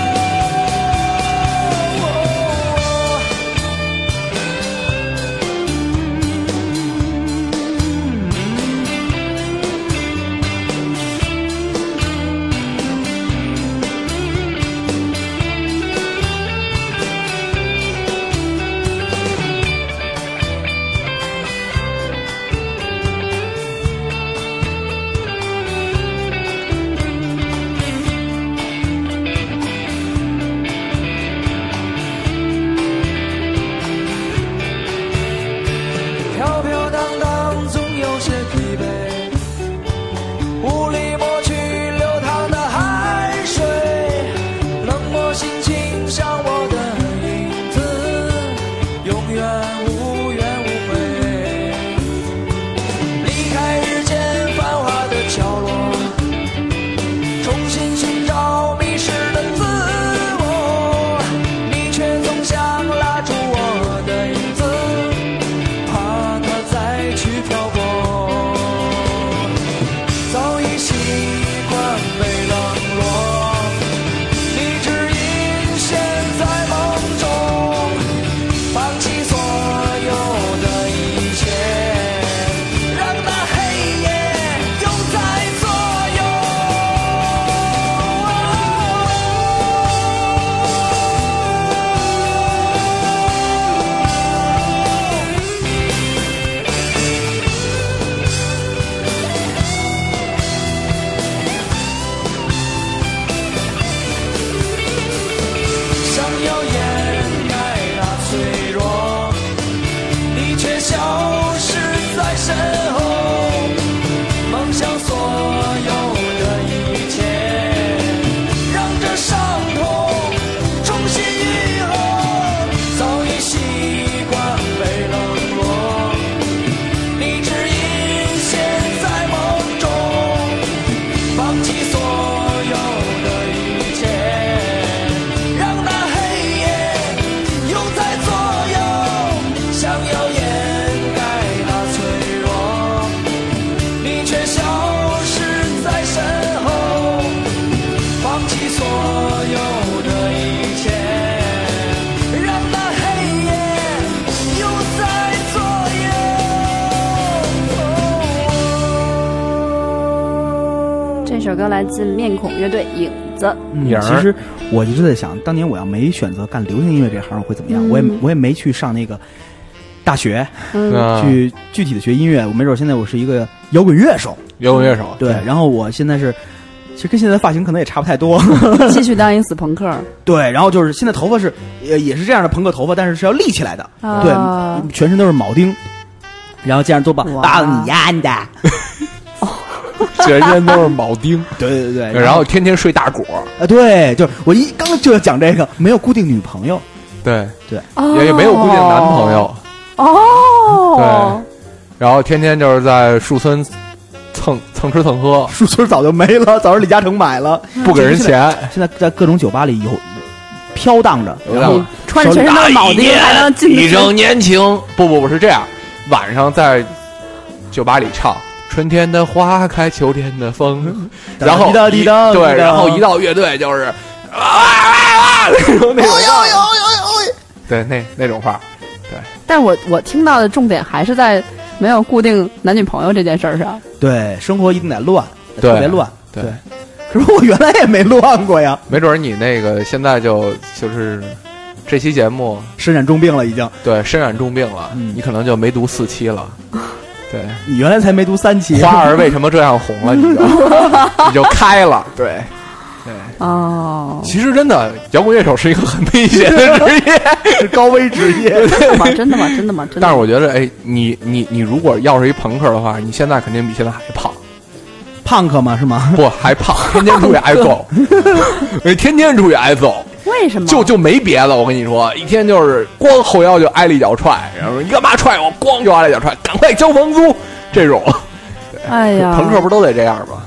[SPEAKER 8] 飘飘荡荡，总有些疲惫，无力抹去流淌的汗水，冷漠心情像我的影子，永远无怨无悔。离开日渐繁华的角落，重新寻找迷失的自我，你却总想拉住我的影子。怕它再去漂泊。早已习惯被冷落，你只因陷在梦中，放弃所有的一切，让那黑夜永在左右。想要掩盖那脆弱，你却消失在身后。梦想所有的一切，让这伤痛重新愈合。早已习惯被冷落，你只因陷在梦中，放弃所有的一切。让那黑夜永在左右，想要掩盖那脆弱，你却消失在身后，放弃所有的一切，让那黑夜永在左右。
[SPEAKER 6] 这首歌来自面孔乐队《影子》。
[SPEAKER 4] 嗯
[SPEAKER 5] 影儿
[SPEAKER 4] 其实我一直在想，当年我要没选择干流行音乐这行，我会怎么样？我也我也没去上那个大学，
[SPEAKER 5] 啊
[SPEAKER 4] 去具体的学音乐。我没准现在我是一个摇滚乐手，
[SPEAKER 5] 摇滚乐手，
[SPEAKER 4] 对。然后我现在是，其实跟现在的发型可能也差不太多，
[SPEAKER 5] 嗯
[SPEAKER 6] [LAUGHS] 继续当一死朋克。
[SPEAKER 4] [LAUGHS] 对。然后就是现在头发是也也是这样的朋克头发，但是是要立起来的，
[SPEAKER 6] 啊
[SPEAKER 4] 对，全身都是铆钉。然后这样多棒，
[SPEAKER 6] 哇
[SPEAKER 4] 棒你丫的！
[SPEAKER 5] 全身都是铆
[SPEAKER 4] [LAUGHS]
[SPEAKER 5] 钉，
[SPEAKER 4] 对对对，
[SPEAKER 5] 然后天天睡大果，
[SPEAKER 4] 啊，对，就是我一刚就要讲这个，没有固定女朋友，
[SPEAKER 5] 对，
[SPEAKER 6] 哦
[SPEAKER 5] 也也没有固定男朋友，
[SPEAKER 6] 哦。
[SPEAKER 5] 然后天天就是在树村蹭蹭吃蹭喝，
[SPEAKER 4] 树村早就没了，早上李嘉诚买了。
[SPEAKER 5] 不给人
[SPEAKER 4] 就是现
[SPEAKER 5] 钱，
[SPEAKER 4] 在，现在在各种酒吧里有飘荡着，
[SPEAKER 5] 有
[SPEAKER 4] 然后
[SPEAKER 5] 点
[SPEAKER 6] 你穿着全身都是铆钉，还能进
[SPEAKER 5] 一
[SPEAKER 6] 去？
[SPEAKER 5] 生年轻。不不不是这样，晚上在酒吧里唱。春天的花开，秋天的风，然后
[SPEAKER 4] 滴答滴答
[SPEAKER 5] 一
[SPEAKER 4] 滴答
[SPEAKER 5] 对，然后一到乐队就是啊啊啊那种那种范儿，对那那种范儿，
[SPEAKER 6] 但我我听到的重点还是在没有固定男女朋友这件事儿上。
[SPEAKER 4] 对生活一定得乱，得
[SPEAKER 5] 对
[SPEAKER 4] 特别乱。
[SPEAKER 5] 对
[SPEAKER 4] 对，可是我原来也没乱过呀， [LAUGHS]
[SPEAKER 5] 没准儿你那个现在就就是这期节目
[SPEAKER 4] 身染重病了已经。
[SPEAKER 5] 对身染重病了，
[SPEAKER 4] 嗯
[SPEAKER 5] 你可能就没读四期了。对，
[SPEAKER 4] 你原来才没读三期， [LAUGHS]
[SPEAKER 5] 花儿为什么这样红了？你就 [LAUGHS] 你就开了。对，
[SPEAKER 6] 哦，
[SPEAKER 5] 其实真的， [LAUGHS] 摇滚乐手是一个很危险的职业。
[SPEAKER 4] 是高危职 [LAUGHS] 业。
[SPEAKER 6] 真的吗？真的吗？真的吗？真的吗。
[SPEAKER 5] [LAUGHS] 但 [LAUGHS] 是我觉得，哎，你你你如果要是一朋克的话，你现在肯定比现在还胖。
[SPEAKER 4] punk 吗？是吗？ [LAUGHS]
[SPEAKER 5] 不还胖，天天出去挨 [LAUGHS] 揍，哎天天出去挨揍，
[SPEAKER 6] 为什么？
[SPEAKER 5] 就就没别的。我跟你说，一天就是光后腰就挨了一脚踹，然后说你干嘛踹我？咣就挨了一脚踹，赶快交房租这种。
[SPEAKER 6] 哎呀，
[SPEAKER 5] 朋克不是都得这样吗？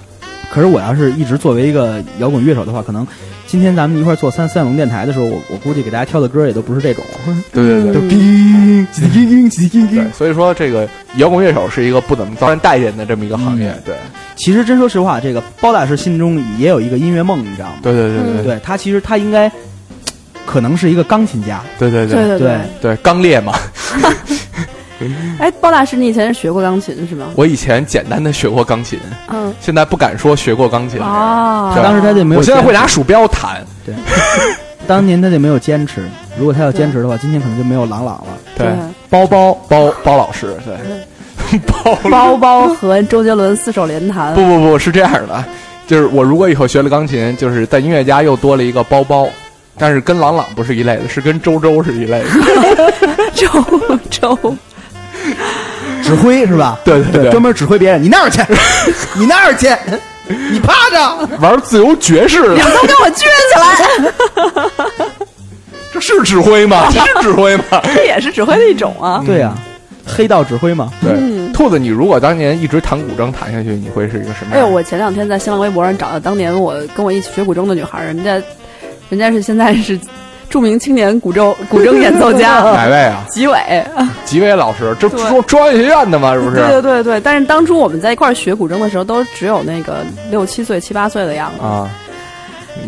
[SPEAKER 4] 可是我要是一直作为一个摇滚乐手的话，可能今天咱们一块儿做三三龙电台的时候，我我估计给大家挑的歌也都不是这 [LAUGHS] 种，
[SPEAKER 5] 对对对
[SPEAKER 4] 都叮叽叮叮叽叮
[SPEAKER 5] 嗯对，所以说这个摇滚乐手是一个不怎么遭人待见的这么一个行业。对，
[SPEAKER 4] 其实真说实话，这个包大师心中也有一个音乐梦，你知道吗？
[SPEAKER 5] 对对对对
[SPEAKER 4] 对他其实他应该可能是一个钢琴家，
[SPEAKER 5] 对对
[SPEAKER 6] 对
[SPEAKER 5] 对
[SPEAKER 6] 对对。
[SPEAKER 5] 对，刚烈嘛。
[SPEAKER 6] 哎，包大师，你以前是学过钢琴是吗？
[SPEAKER 5] 我以前简单的学过钢琴，
[SPEAKER 6] 嗯。
[SPEAKER 5] 现在不敢说学过钢琴。
[SPEAKER 6] 哦，
[SPEAKER 5] 对
[SPEAKER 4] 当时他就没有
[SPEAKER 5] 我
[SPEAKER 4] 坚持。
[SPEAKER 5] 现在会拿鼠标弹。
[SPEAKER 4] 当年他就没有坚持。如果他要坚持的话，今天可能就没有朗朗了。
[SPEAKER 5] 对，
[SPEAKER 4] 包包
[SPEAKER 5] 包包老师，对，包
[SPEAKER 6] 包包和周杰伦四手联弹
[SPEAKER 5] 不，不不是这样的，就是我如果以后学了钢琴，就是在音乐家又多了一个包包，但是跟朗朗不是一类的，是跟周周是一类的。
[SPEAKER 6] 周周，
[SPEAKER 4] 指挥是吧？
[SPEAKER 5] 对对对
[SPEAKER 4] 专门指挥别人。你那儿
[SPEAKER 5] [LAUGHS]
[SPEAKER 4] 去，你那儿去，你趴着。
[SPEAKER 5] 玩自由爵士
[SPEAKER 6] 你
[SPEAKER 5] 的，
[SPEAKER 6] 们都给我撅起来！
[SPEAKER 5] 这是指挥吗？这是指挥吗？
[SPEAKER 6] 这 [LAUGHS] 也是指挥的一种
[SPEAKER 5] 嗯
[SPEAKER 4] [LAUGHS]
[SPEAKER 6] 啊。
[SPEAKER 4] 对呀、黑道指挥嘛。
[SPEAKER 5] 对，兔子，你如果当年一直弹古筝弹下去，你会是一个什么
[SPEAKER 6] 哎
[SPEAKER 5] 样
[SPEAKER 6] 呦，
[SPEAKER 5] 的？
[SPEAKER 6] 我前两天在新浪微博上找到当年我跟我一起学古筝的女孩儿，人家，人家是现在是著名青年古筝古筝演奏
[SPEAKER 5] [LAUGHS] 哪
[SPEAKER 6] 家
[SPEAKER 5] 位啊？
[SPEAKER 6] 吉伟。
[SPEAKER 5] 吉伟老师，这
[SPEAKER 6] 对
[SPEAKER 5] 中中央学院的吗？是不是？
[SPEAKER 6] 对对对对，但是当初我们在一块儿学古筝的时候，都只有那个六七岁、七八岁的样子。
[SPEAKER 5] 啊，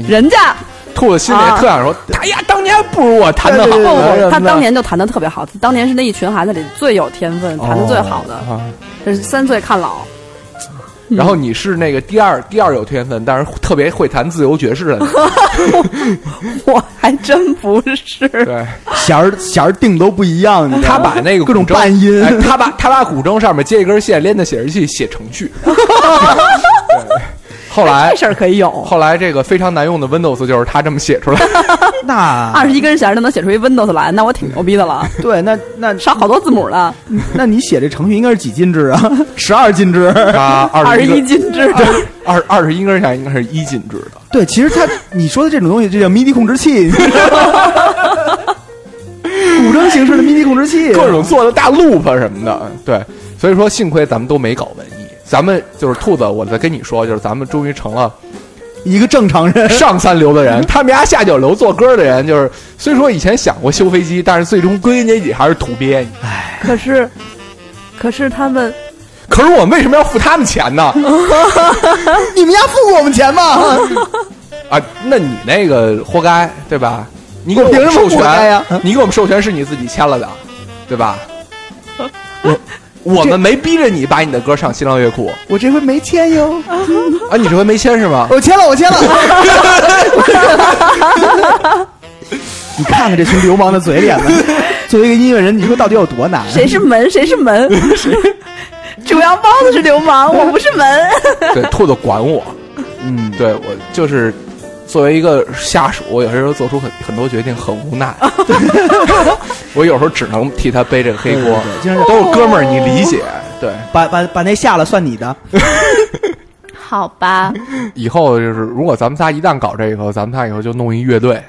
[SPEAKER 6] 人家
[SPEAKER 5] 兔子心里特想说，哎呀，当年不如我弹的好。
[SPEAKER 6] 不不
[SPEAKER 5] 哎呀
[SPEAKER 6] 不，他当年就弹的特别好，他当年是那一群孩子里最有天分、弹的最好的，
[SPEAKER 5] 哦啊
[SPEAKER 6] 这是三岁看老。 [LAUGHS]
[SPEAKER 4] 嗯
[SPEAKER 5] 然后你是那个第二第二有天分，但是特别会弹自由爵士
[SPEAKER 4] [LAUGHS]
[SPEAKER 5] 的那个，
[SPEAKER 6] 我还真不是，
[SPEAKER 5] 对。
[SPEAKER 4] 弦儿弦儿定都不一样，你知
[SPEAKER 5] 他
[SPEAKER 4] 道吗
[SPEAKER 5] 把那个
[SPEAKER 4] 各种
[SPEAKER 5] 古筝
[SPEAKER 4] 半音
[SPEAKER 5] 哎他把他把古筝上面接一根线连在显示器写程序。对后来
[SPEAKER 6] 这事儿可以有。
[SPEAKER 5] 后来这个非常难用的 Windows 就是他这么写出
[SPEAKER 4] [LAUGHS]
[SPEAKER 5] 来。
[SPEAKER 4] [LAUGHS] 那
[SPEAKER 6] 二十一根弦儿都能写出一 Windows 来，那我挺牛逼的了，
[SPEAKER 4] 对，那那
[SPEAKER 6] 少好多字母了，
[SPEAKER 4] 那你写这程序应该是几进制啊？ [LAUGHS] 十二进制。
[SPEAKER 5] 啊，
[SPEAKER 6] 二
[SPEAKER 5] 二
[SPEAKER 6] 十一
[SPEAKER 5] 斤，
[SPEAKER 6] 进制。
[SPEAKER 5] 二二十一根弦应该是一进制的。
[SPEAKER 4] 对，其实他你说的这种东西，这叫 MIDI 控制器，你 [LAUGHS] 知道吗古筝形式的 MIDI 控制器，
[SPEAKER 5] 各种做的大 loop 啊什么的，对，所以说幸亏咱们都没搞文艺，咱们就是兔子，我再跟你说，就是咱们终于成了
[SPEAKER 4] 一个正常人。
[SPEAKER 5] [LAUGHS] 上三流的人，他们家下九流做歌的人，就是虽说以前想过修飞机，但是最终归根结底还是土鳖。
[SPEAKER 6] [LAUGHS] 可是，可是他们
[SPEAKER 5] 可是我们为什么要付他们钱
[SPEAKER 4] [LAUGHS]
[SPEAKER 5] 呢？
[SPEAKER 4] 你们家付过我们钱吗？ [LAUGHS]
[SPEAKER 5] 啊，那你那个活该，对吧？你给
[SPEAKER 4] 我
[SPEAKER 5] 我
[SPEAKER 4] 凭
[SPEAKER 5] 们
[SPEAKER 4] 什么
[SPEAKER 5] 授
[SPEAKER 4] 活该
[SPEAKER 5] 权
[SPEAKER 4] 呀
[SPEAKER 5] 你给我们授权是你自己签了的，对
[SPEAKER 4] [LAUGHS]
[SPEAKER 5] 吧？我我们没逼着你把你的歌上新浪乐库
[SPEAKER 4] 我这回没签哟，
[SPEAKER 5] 啊，你这回没签是
[SPEAKER 4] [LAUGHS]
[SPEAKER 5] 吗？
[SPEAKER 4] 我签了，我签了。你看看这群流氓的嘴脸吧！作为一个音乐人，你说到底有多难？啊
[SPEAKER 6] 谁是门，谁是 [LAUGHS] 门，主要包子是流氓，我不是门。
[SPEAKER 5] 对，兔子管我。
[SPEAKER 4] 嗯，
[SPEAKER 5] 对我就是作为一个下属，我有时候做出很很多决定很无奈， [LAUGHS] 我有时候只能替他背这个黑锅。
[SPEAKER 4] 对对对经常
[SPEAKER 5] 都是哥们儿，你理解。对，
[SPEAKER 4] 把把把那下了算你的。
[SPEAKER 6] 好吧，
[SPEAKER 5] 以后就是如果咱们仨一旦搞这个，咱们仨以后就弄一乐队。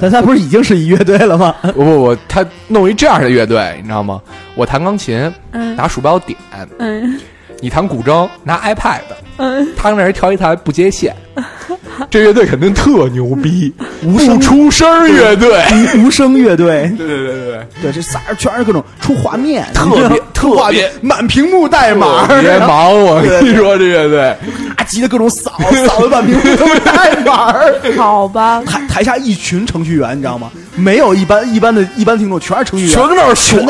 [SPEAKER 4] 咱仨不是已经是一乐队了吗？ [LAUGHS]
[SPEAKER 5] 不不不，他弄一这样的乐队，你知道吗？我弹钢琴，
[SPEAKER 6] 嗯
[SPEAKER 5] 拿鼠标点；
[SPEAKER 6] 嗯
[SPEAKER 5] 你弹古筝，拿 iPad；
[SPEAKER 6] 嗯，
[SPEAKER 5] 他那人调一台不接线，这乐队肯定特牛
[SPEAKER 6] [LAUGHS]
[SPEAKER 5] 逼，
[SPEAKER 4] 无
[SPEAKER 5] 不
[SPEAKER 4] 声
[SPEAKER 5] 出声儿乐队。
[SPEAKER 4] 无声乐队，
[SPEAKER 5] 对对对对对。
[SPEAKER 4] 对，这仨人全是各种出画面，
[SPEAKER 5] 特
[SPEAKER 4] 你知道吗
[SPEAKER 5] 别特
[SPEAKER 4] 出画
[SPEAKER 5] 别
[SPEAKER 4] 面满屏幕代码，
[SPEAKER 5] 别
[SPEAKER 4] 然后
[SPEAKER 5] 忙，我
[SPEAKER 4] 对
[SPEAKER 5] 跟你说这乐队，
[SPEAKER 4] [LAUGHS] 啊急的各种扫，扫的满屏幕都是 [LAUGHS] 代码。
[SPEAKER 6] [LAUGHS] 好吧，
[SPEAKER 4] 台台下一群程序员，你知道吗？没有一般一般的一般听众，全哎是程序员，
[SPEAKER 5] 全在那儿甩，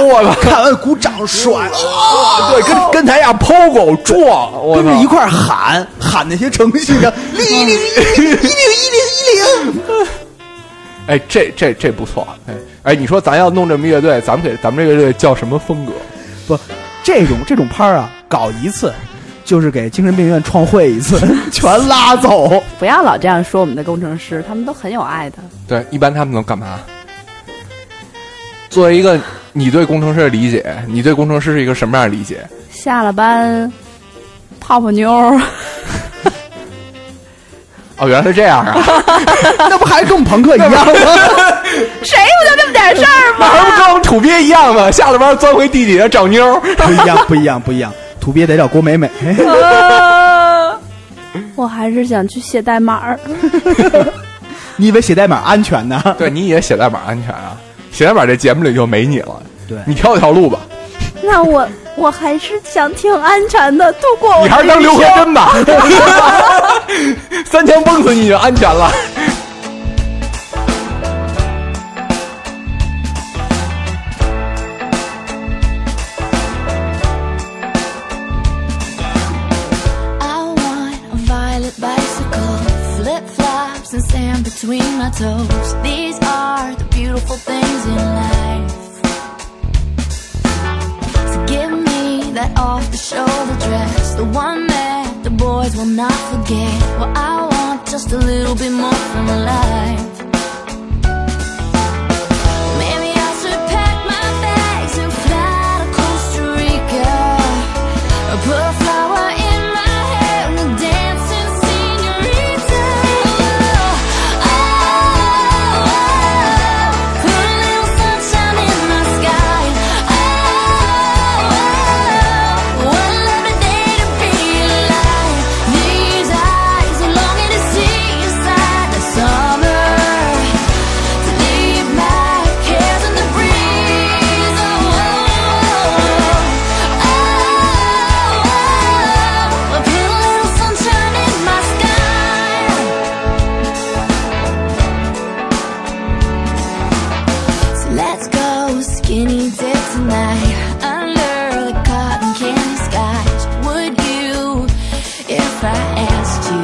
[SPEAKER 5] 我操！
[SPEAKER 4] 看完鼓掌甩，
[SPEAKER 5] 对，跟跟台下 POGO 撞，我
[SPEAKER 4] 跟着
[SPEAKER 5] 操
[SPEAKER 4] 一块儿喊喊那些程序 [LAUGHS] 员，零一零一零一零一零一零。
[SPEAKER 5] 哎，这这这不错，哎哎，你说咱要弄这么乐队，咱们给咱们这个乐队叫什么风格？
[SPEAKER 4] 不，这种这种拍儿啊，搞一次就是给精神病院创会一次， [LAUGHS] 全拉走。
[SPEAKER 6] 不要老这样说我们的工程师，他们都很有爱的。
[SPEAKER 5] 对，一般他们能干嘛？作为一个你对工程师的理解，你对工程师是一个什么样的理解？
[SPEAKER 6] 下了班泡泡妞 [LAUGHS] 儿，
[SPEAKER 5] 哦，原来是这样
[SPEAKER 4] [LAUGHS]
[SPEAKER 5] 啊！
[SPEAKER 4] 那不还跟我们朋克一样 [LAUGHS] 吗？
[SPEAKER 6] 谁不就这么点事儿吗？
[SPEAKER 5] 还不跟我们土鳖一样吗？下了班钻回地底下找妞儿。 [LAUGHS]
[SPEAKER 4] [LAUGHS] 不一样，不一样，不一样。土鳖得找郭美美，
[SPEAKER 6] 呃 [LAUGHS] 我还是想去写代码儿。
[SPEAKER 4] 你以为写代码安全呢？ [LAUGHS]
[SPEAKER 5] 对，你也写代码安全啊？写代码这节目里就没你了，
[SPEAKER 4] 对
[SPEAKER 5] 你挑一条路吧，
[SPEAKER 6] 那我我还是想挺安全的度过我
[SPEAKER 5] 你还是
[SPEAKER 6] 的
[SPEAKER 5] 当
[SPEAKER 6] 一
[SPEAKER 5] 刘和
[SPEAKER 6] 生
[SPEAKER 5] 珍吧， [LAUGHS] 三枪崩死你就安全了。
[SPEAKER 3] I want a violet bicycle, flip flops and sand between my toes. These are the beautiful things in life. So give me that off the shoulder dress, the one that the boys will not forget. Well, I want just a little bit more from life. Maybe I should pack my bags and fly to Costa Rica. Or put a flower in my hair and a dancing senorita. Oh, put a little sunshine in my sky. Oh, what a lovely day to be alive. These eyes are longing to see you inside the summer. Leave my cares in the breeze. Oh, oh, put a little sunshine in my sky. So let's go skinny dip tonight under the cotton candy sky. Would you, if I asked you?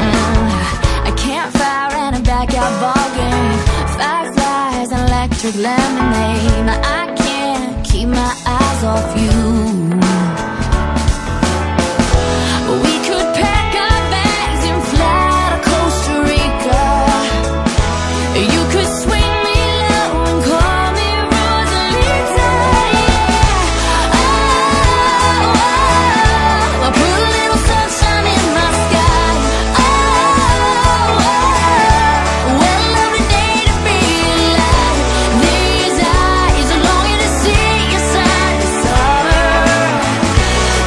[SPEAKER 3] Mm, A campfire and a backyard ball game. Fireflies and electric lemonade. Now I can't keep my eyes off you. We could pack our bags and fly to Costa Rica. You could swing me low and call me Rosalita. Yeah. Oh, oh, oh. put a little sunshine in my sky. Oh, oh, what a lovely day to be alive. These eyes are longing to see your side of summer.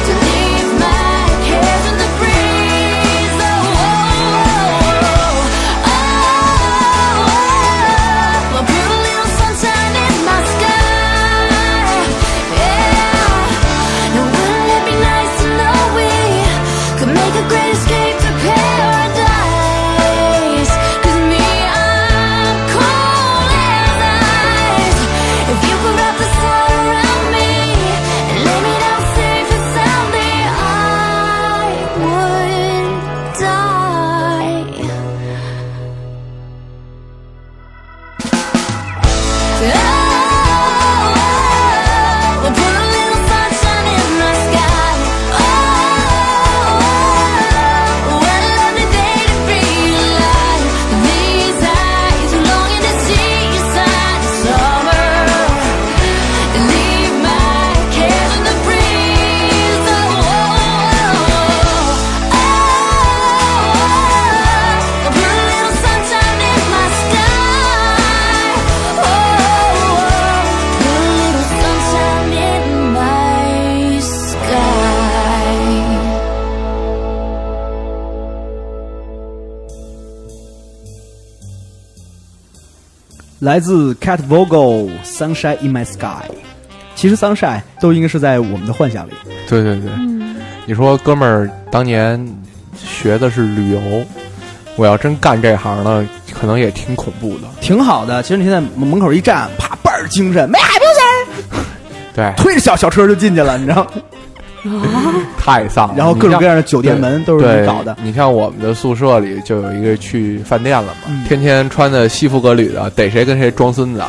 [SPEAKER 3] To leave my cares in the breeze. Oh, oh, put a little sunshine in my sky. Yeah, and wouldn't it be nice to know we could make a great escape to paradise? 'Cause me, I'm cold as ice. If you could wrap the sun around me and lay me down safe and soundly, I would die. Oh, oh, oh, oh, put a little sunshine in my sky. Oh, oh, what a lovely day to be alive. These eyes are longing to see you inside the summer. Leave my cares in the breeze. Oh, oh, oh, put a little sunshine in my sky. Oh, put a little sunshine in my sky.
[SPEAKER 4] 来自 Cat Vogel Sunshine in My Sky。其实 Sunshine 都应该是在我们的幻想里。
[SPEAKER 5] 对对对，你说哥们儿当年学的是旅游，我要真干这行了，可能也挺恐怖的。
[SPEAKER 4] 挺好的。其实你现在门门口一站，啪倍儿精神，没海
[SPEAKER 5] 对，
[SPEAKER 4] 推着小小车就进去了，你知
[SPEAKER 5] [LAUGHS]
[SPEAKER 4] 道吗？
[SPEAKER 5] 太丧了。
[SPEAKER 4] 然后各种
[SPEAKER 5] 你像
[SPEAKER 4] 各样的酒店门都是
[SPEAKER 5] 对
[SPEAKER 4] 你搞的，
[SPEAKER 5] 你像我们的宿舍里就有一个去饭店了嘛，
[SPEAKER 4] 嗯
[SPEAKER 5] 天天穿的西服革履的，逮谁跟谁装孙子。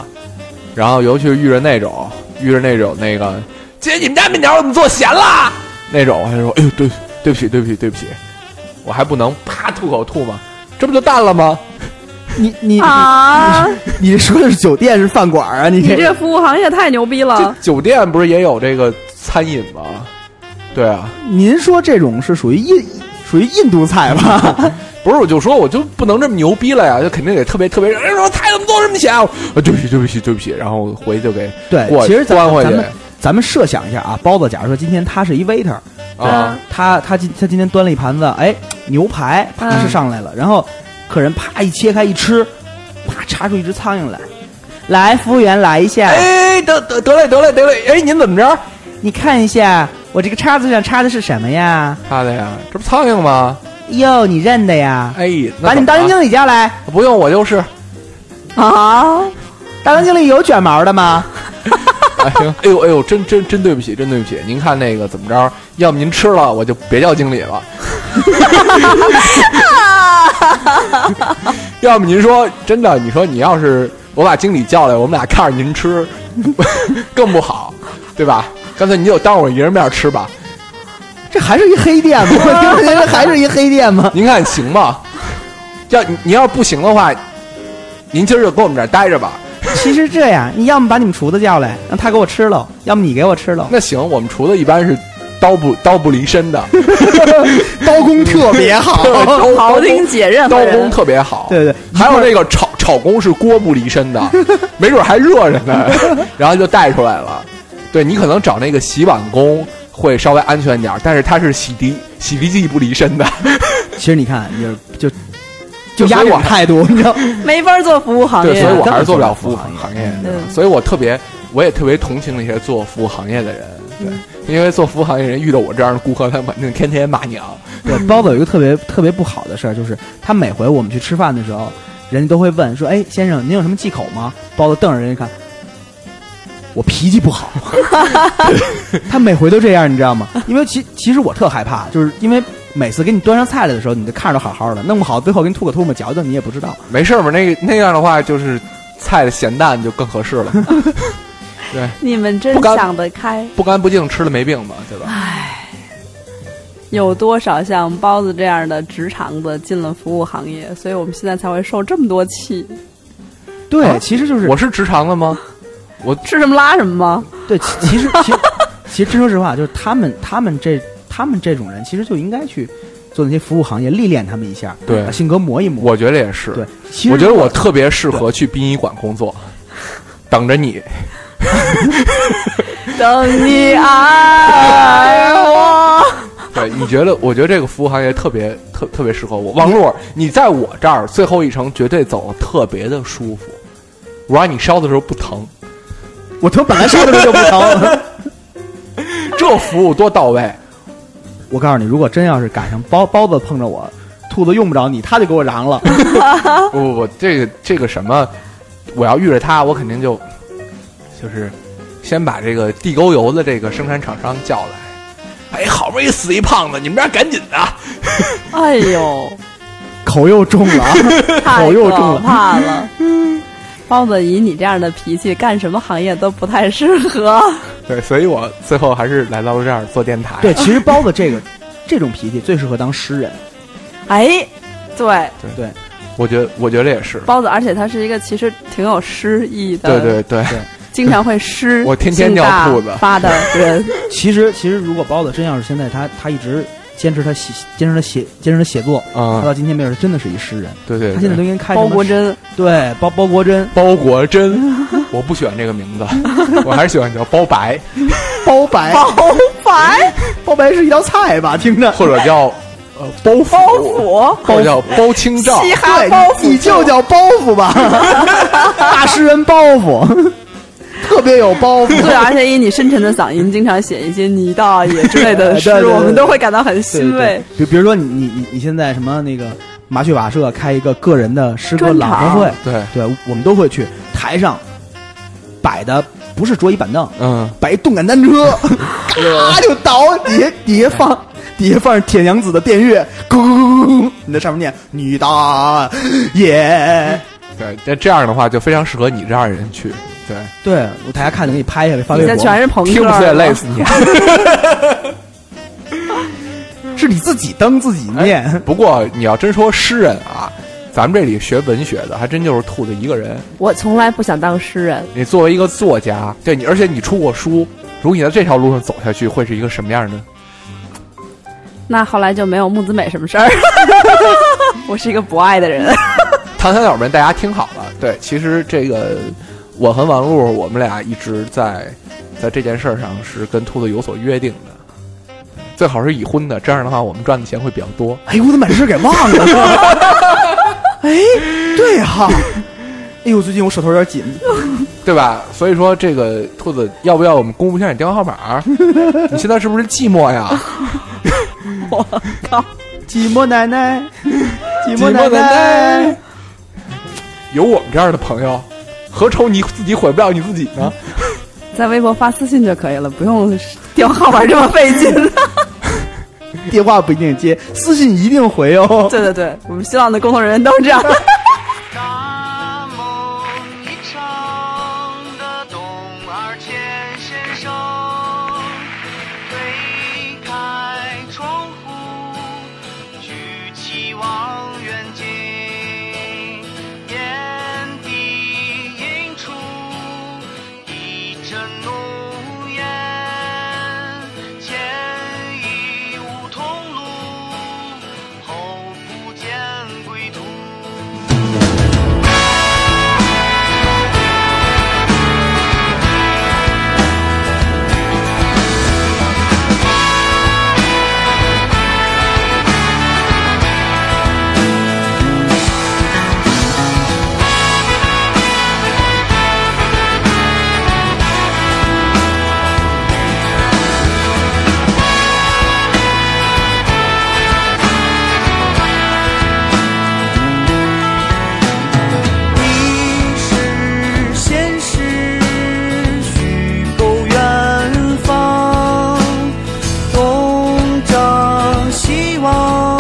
[SPEAKER 5] 然后尤其是遇着那种，遇着那种那个，姐你们家面条怎么做咸了？那种我还说，哎呦对对不起对不起对不起，我还不能啪吐口吐吗？这不就淡了吗？
[SPEAKER 4] 你你
[SPEAKER 5] [LAUGHS]
[SPEAKER 6] 啊！
[SPEAKER 4] 你说的是酒店是饭馆啊？你
[SPEAKER 6] 你这
[SPEAKER 4] 这
[SPEAKER 6] 个服务行业太牛逼
[SPEAKER 5] 这
[SPEAKER 6] 了！
[SPEAKER 5] 酒店不是也有这个餐饮吗？对啊，
[SPEAKER 4] 您说这种是属于印属于印度菜吧？ [LAUGHS]
[SPEAKER 5] 不是我就说我就不能这么牛逼了呀，就肯定得特别特别，哎，我菜怎么做这么咸啊？呃对不起，对不起，对不起，然后回去就给
[SPEAKER 4] 对
[SPEAKER 5] 过，
[SPEAKER 4] 其实咱
[SPEAKER 5] 关回
[SPEAKER 4] 咱
[SPEAKER 5] 去
[SPEAKER 4] 们咱们设想一下啊，包子，假如说今天他是一 waiter，嗯
[SPEAKER 5] 啊，
[SPEAKER 4] 他他今他今天端了一盘子，哎，牛排啪
[SPEAKER 6] 嗯
[SPEAKER 4] 是上来了，然后客人啪一切开一吃，啪插出一只苍蝇来，来，服务员来一下，
[SPEAKER 5] 哎，得得得嘞，得嘞，得嘞，哎，您怎么着？
[SPEAKER 4] 你看一下我这个叉子上插的是什么呀？
[SPEAKER 5] 他的呀，这不苍蝇吗？
[SPEAKER 4] 哟，你认得呀？
[SPEAKER 5] 哎，那
[SPEAKER 4] 把你们
[SPEAKER 5] 怎
[SPEAKER 4] 大
[SPEAKER 5] 么
[SPEAKER 4] 堂
[SPEAKER 5] 了
[SPEAKER 4] 经理叫来，
[SPEAKER 5] 不用，我就是。
[SPEAKER 6] 啊，
[SPEAKER 5] 哦
[SPEAKER 4] 大堂经理有卷毛的吗？
[SPEAKER 5] [LAUGHS] 哎呦，哎呦，哎呦，真真真对不起，真对不起。您看那个怎么着？要不您吃了，我就别叫经理了。 [LAUGHS] 要不您说真的，你说你要是我把经理叫来，我们俩看着您吃， [LAUGHS] 更不好，对吧？干脆你就当我一人面吃吧。
[SPEAKER 4] 这还是一黑店吗？ [LAUGHS] 我听着这还是一黑店吗？ [LAUGHS]
[SPEAKER 5] 您看行吗？要你你要不行的话，您今儿就跟我们这儿待着吧。
[SPEAKER 4] 其实这样，你要么把你们厨子叫来，让他给我吃喽；要么你给我吃喽。
[SPEAKER 5] 那行，我们厨子一般是刀不刀不离身的，
[SPEAKER 4] [LAUGHS] 刀工特别好
[SPEAKER 5] 刀
[SPEAKER 6] 庖丁解任
[SPEAKER 5] 刀
[SPEAKER 6] 何
[SPEAKER 5] 工
[SPEAKER 6] 人，
[SPEAKER 5] 特别好。
[SPEAKER 4] [LAUGHS] 对对，
[SPEAKER 5] 还有那个炒炒工是锅不离身的，没准还热着呢，然后就带出来了。对你可能找那个洗碗工会稍微安全点儿，但是它是洗涤洗涤剂不离身的。
[SPEAKER 4] 其实你看，就就就
[SPEAKER 5] 就
[SPEAKER 4] 压
[SPEAKER 5] 所以
[SPEAKER 4] 这
[SPEAKER 5] 我
[SPEAKER 4] 种态度，你知道？
[SPEAKER 6] 没法做服务行
[SPEAKER 5] 对，
[SPEAKER 6] 业
[SPEAKER 5] 所以
[SPEAKER 4] 啊
[SPEAKER 5] 我
[SPEAKER 4] 根
[SPEAKER 5] 还
[SPEAKER 4] 本
[SPEAKER 5] 是做不
[SPEAKER 4] 做
[SPEAKER 5] 了
[SPEAKER 4] 不
[SPEAKER 5] 服务
[SPEAKER 4] 了服务
[SPEAKER 5] 行
[SPEAKER 4] 行
[SPEAKER 5] 业
[SPEAKER 4] 业
[SPEAKER 5] 的。
[SPEAKER 6] 嗯
[SPEAKER 5] 所以我特别，我也特别同情那些做服务行业的人，
[SPEAKER 4] 嗯
[SPEAKER 5] 对，因为做服务行业人遇到我这样的顾客，他们肯定天天骂娘。
[SPEAKER 4] [LAUGHS] 对，包子有一个特别特别不好的事儿，就是他每回我们去吃饭的时候，人家都会问说：“哎，先生，您有什么忌口吗？”包子瞪着人家看，我脾气不 [LAUGHS] 好。他每回都这样，你知道吗？因为其其实我特害怕，就是因为每次给你端上菜来的时候，你就看着都好好的，弄不好最后给你吐个唾沫嚼嚼，你也不知道。
[SPEAKER 5] 没事儿嘛，那个那样的话，就是菜的咸淡就更合适了，
[SPEAKER 6] 你们真
[SPEAKER 5] 不干
[SPEAKER 6] 想得开。
[SPEAKER 5] 不干不净吃了没病嘛，对吧？
[SPEAKER 6] 有多少像包子这样的直肠子进了服务行业，所以我们现在才会受这么多气。
[SPEAKER 4] 对，其实就是
[SPEAKER 5] 我是直肠的吗？
[SPEAKER 6] 吃什么拉什么吗？
[SPEAKER 4] 对，其其实其实其实真说实话，就是他们他们这他们这种人，其实就应该去做那些服务行业，历练他们一下，
[SPEAKER 5] 对
[SPEAKER 4] 把性格磨一磨。
[SPEAKER 5] 我觉得也是。
[SPEAKER 4] 对，其实
[SPEAKER 5] 我觉得我特别适合去殡仪馆工作，等着 [LAUGHS] 你。
[SPEAKER 6] 等你啊
[SPEAKER 5] [LAUGHS]
[SPEAKER 6] 爱我。
[SPEAKER 5] 对，你觉得？我觉得这个服务行业特别特特别适合我。王璐，你在我这儿最后一程绝对走得特别的舒服，我让你烧的时候不疼，
[SPEAKER 4] 我头本来说的时候就不疼。
[SPEAKER 5] 这服务多到位。
[SPEAKER 4] [LAUGHS] 我告诉你，如果真要是赶上包包子碰着我，兔子用不着你，他就给我嚷了。
[SPEAKER 5] 不不不，这个这个什么，我要遇着他，我肯定就就是先把这个地沟油的这个生产厂商叫来。哎，好不容易死一胖子，你们这儿赶紧的。
[SPEAKER 6] 哎呦，
[SPEAKER 4] 口又重了 [LAUGHS] 啊，
[SPEAKER 6] 太
[SPEAKER 4] 口又重
[SPEAKER 6] 可
[SPEAKER 4] 了
[SPEAKER 5] 啊
[SPEAKER 6] 怕了。包子以你这样的脾气，干什么行业都不太适合。
[SPEAKER 5] 对，所以我最后还是来到了这儿做电台。
[SPEAKER 4] 对，其实包子这个这种脾气最适合当诗人。
[SPEAKER 6] 哎，对，
[SPEAKER 5] 我觉得我觉得也是。
[SPEAKER 6] 包子，而且他是一个其实挺有诗意的，
[SPEAKER 5] 对对对，
[SPEAKER 6] 经常会
[SPEAKER 5] [LAUGHS]
[SPEAKER 6] 诗，
[SPEAKER 5] 我天天
[SPEAKER 6] 性大
[SPEAKER 5] 尿裤子 [LAUGHS]
[SPEAKER 6] 发的人。
[SPEAKER 4] 其实其实如果包子真要是现在他他一直坚持他写坚持他写坚持他写作，他
[SPEAKER 5] 啊，
[SPEAKER 4] 到今天为止真的是一诗人。
[SPEAKER 5] 对对
[SPEAKER 4] 他现在
[SPEAKER 5] 对
[SPEAKER 4] 都，应该开什
[SPEAKER 6] 包
[SPEAKER 4] 么
[SPEAKER 6] 国珍，
[SPEAKER 4] 对，包包国珍，
[SPEAKER 5] 包国珍， [LAUGHS] 我不喜欢这个名字， [LAUGHS] 我还是喜欢叫包白，
[SPEAKER 4] 包白，
[SPEAKER 5] [LAUGHS]
[SPEAKER 6] 包白，
[SPEAKER 4] 包白是一道菜吧？听着，
[SPEAKER 5] 或者叫呃包府，
[SPEAKER 6] 包府，
[SPEAKER 5] 或者叫包青照。
[SPEAKER 6] 嘻哈
[SPEAKER 4] 对
[SPEAKER 6] 包府，，
[SPEAKER 4] 你就叫包袱吧，大诗人包袱，特别有包
[SPEAKER 6] [LAUGHS] 对，
[SPEAKER 4] 袱。
[SPEAKER 6] 而且以你深沉的嗓音，经常写一些泥道也之类
[SPEAKER 5] [LAUGHS]
[SPEAKER 6] 的
[SPEAKER 4] 对
[SPEAKER 6] 诗
[SPEAKER 4] 对，对
[SPEAKER 6] 我们都会感到很
[SPEAKER 4] 对
[SPEAKER 6] [LAUGHS] 欣慰
[SPEAKER 4] 对。，比比如说你你你你现在什么那个麻雀瓦舍开一个个人的诗歌朗诵会，
[SPEAKER 5] 对，
[SPEAKER 4] 对我们都会去，台上摆的不是桌椅板凳，
[SPEAKER 5] 嗯，
[SPEAKER 4] 摆一动感单车，咔就倒，底下底下放底下放着铁娘子的电乐，咕咕咕咕咕，你在上面念女大爷。
[SPEAKER 5] 对，那这样的话就非常适合你这样的人去。对，
[SPEAKER 4] 对我大家看着给你拍下来发微
[SPEAKER 6] 你
[SPEAKER 4] 博
[SPEAKER 6] 这，啊全是朋克，
[SPEAKER 5] 听不碎累死
[SPEAKER 6] [LAUGHS]
[SPEAKER 5] 你。 [LAUGHS]
[SPEAKER 4] 是你自己登自己念，
[SPEAKER 5] 不过你要真说诗人啊，咱们这里学文学的还真就是兔子一个人。
[SPEAKER 2] 我从来不想当诗人，
[SPEAKER 5] 你作为一个作家，对你，而且你出过书，如果你在这条路上走下去，会是一个什么样的
[SPEAKER 6] 那后来就没有木子美什么事儿。 [LAUGHS] 我是一个不爱的人，
[SPEAKER 5] 唐三角们，大家听好了，对，其实这个我和王璐，我们俩一直在在这件事儿上是跟兔子有所约定的，最好是已婚的，这样的话我们赚的钱会比较多。
[SPEAKER 4] 哎呦，我怎么把这事儿给忘了？哎，对哈、哎呦，最近我手头有点紧，
[SPEAKER 5] 对吧？所以说，这个兔子要不要我们公布一下你电话号码？ [LAUGHS] 你现在是不是寂寞呀？
[SPEAKER 4] 寂寞奶奶，寂
[SPEAKER 5] 寞
[SPEAKER 4] 奶
[SPEAKER 5] 奶奶有我们这样的朋友，何愁你自己毁不了你自己呢？
[SPEAKER 6] 在微博发私信就可以了，不用电话号码这么费 [LAUGHS] 劲。
[SPEAKER 4] 电话不一定接，私信一定回哦。
[SPEAKER 6] 对对对，我们新浪的工作人员都是
[SPEAKER 5] [LAUGHS]
[SPEAKER 6] 这样。
[SPEAKER 8] 大梦一场的董二千先生，推开窗户，举起望远镜，眼底映出一阵浓烟，前已无同路，后不见归途。你是现实，虚构远方，东张西望，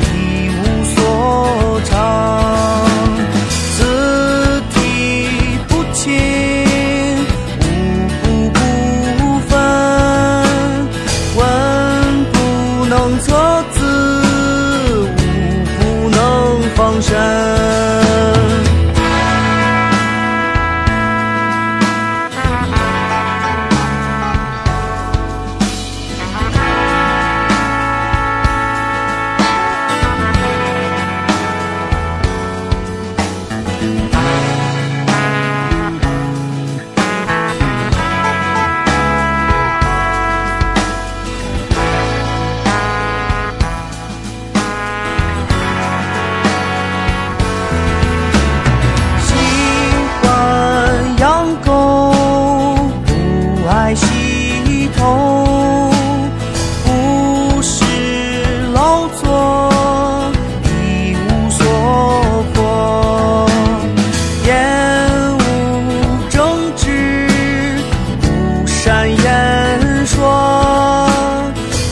[SPEAKER 8] 一无所长，字体不清，五不不分，文不能测字，武不能防身。喜欢养狗，不爱洗头，不是劳作，一无所获，厌恶争执，不善言说。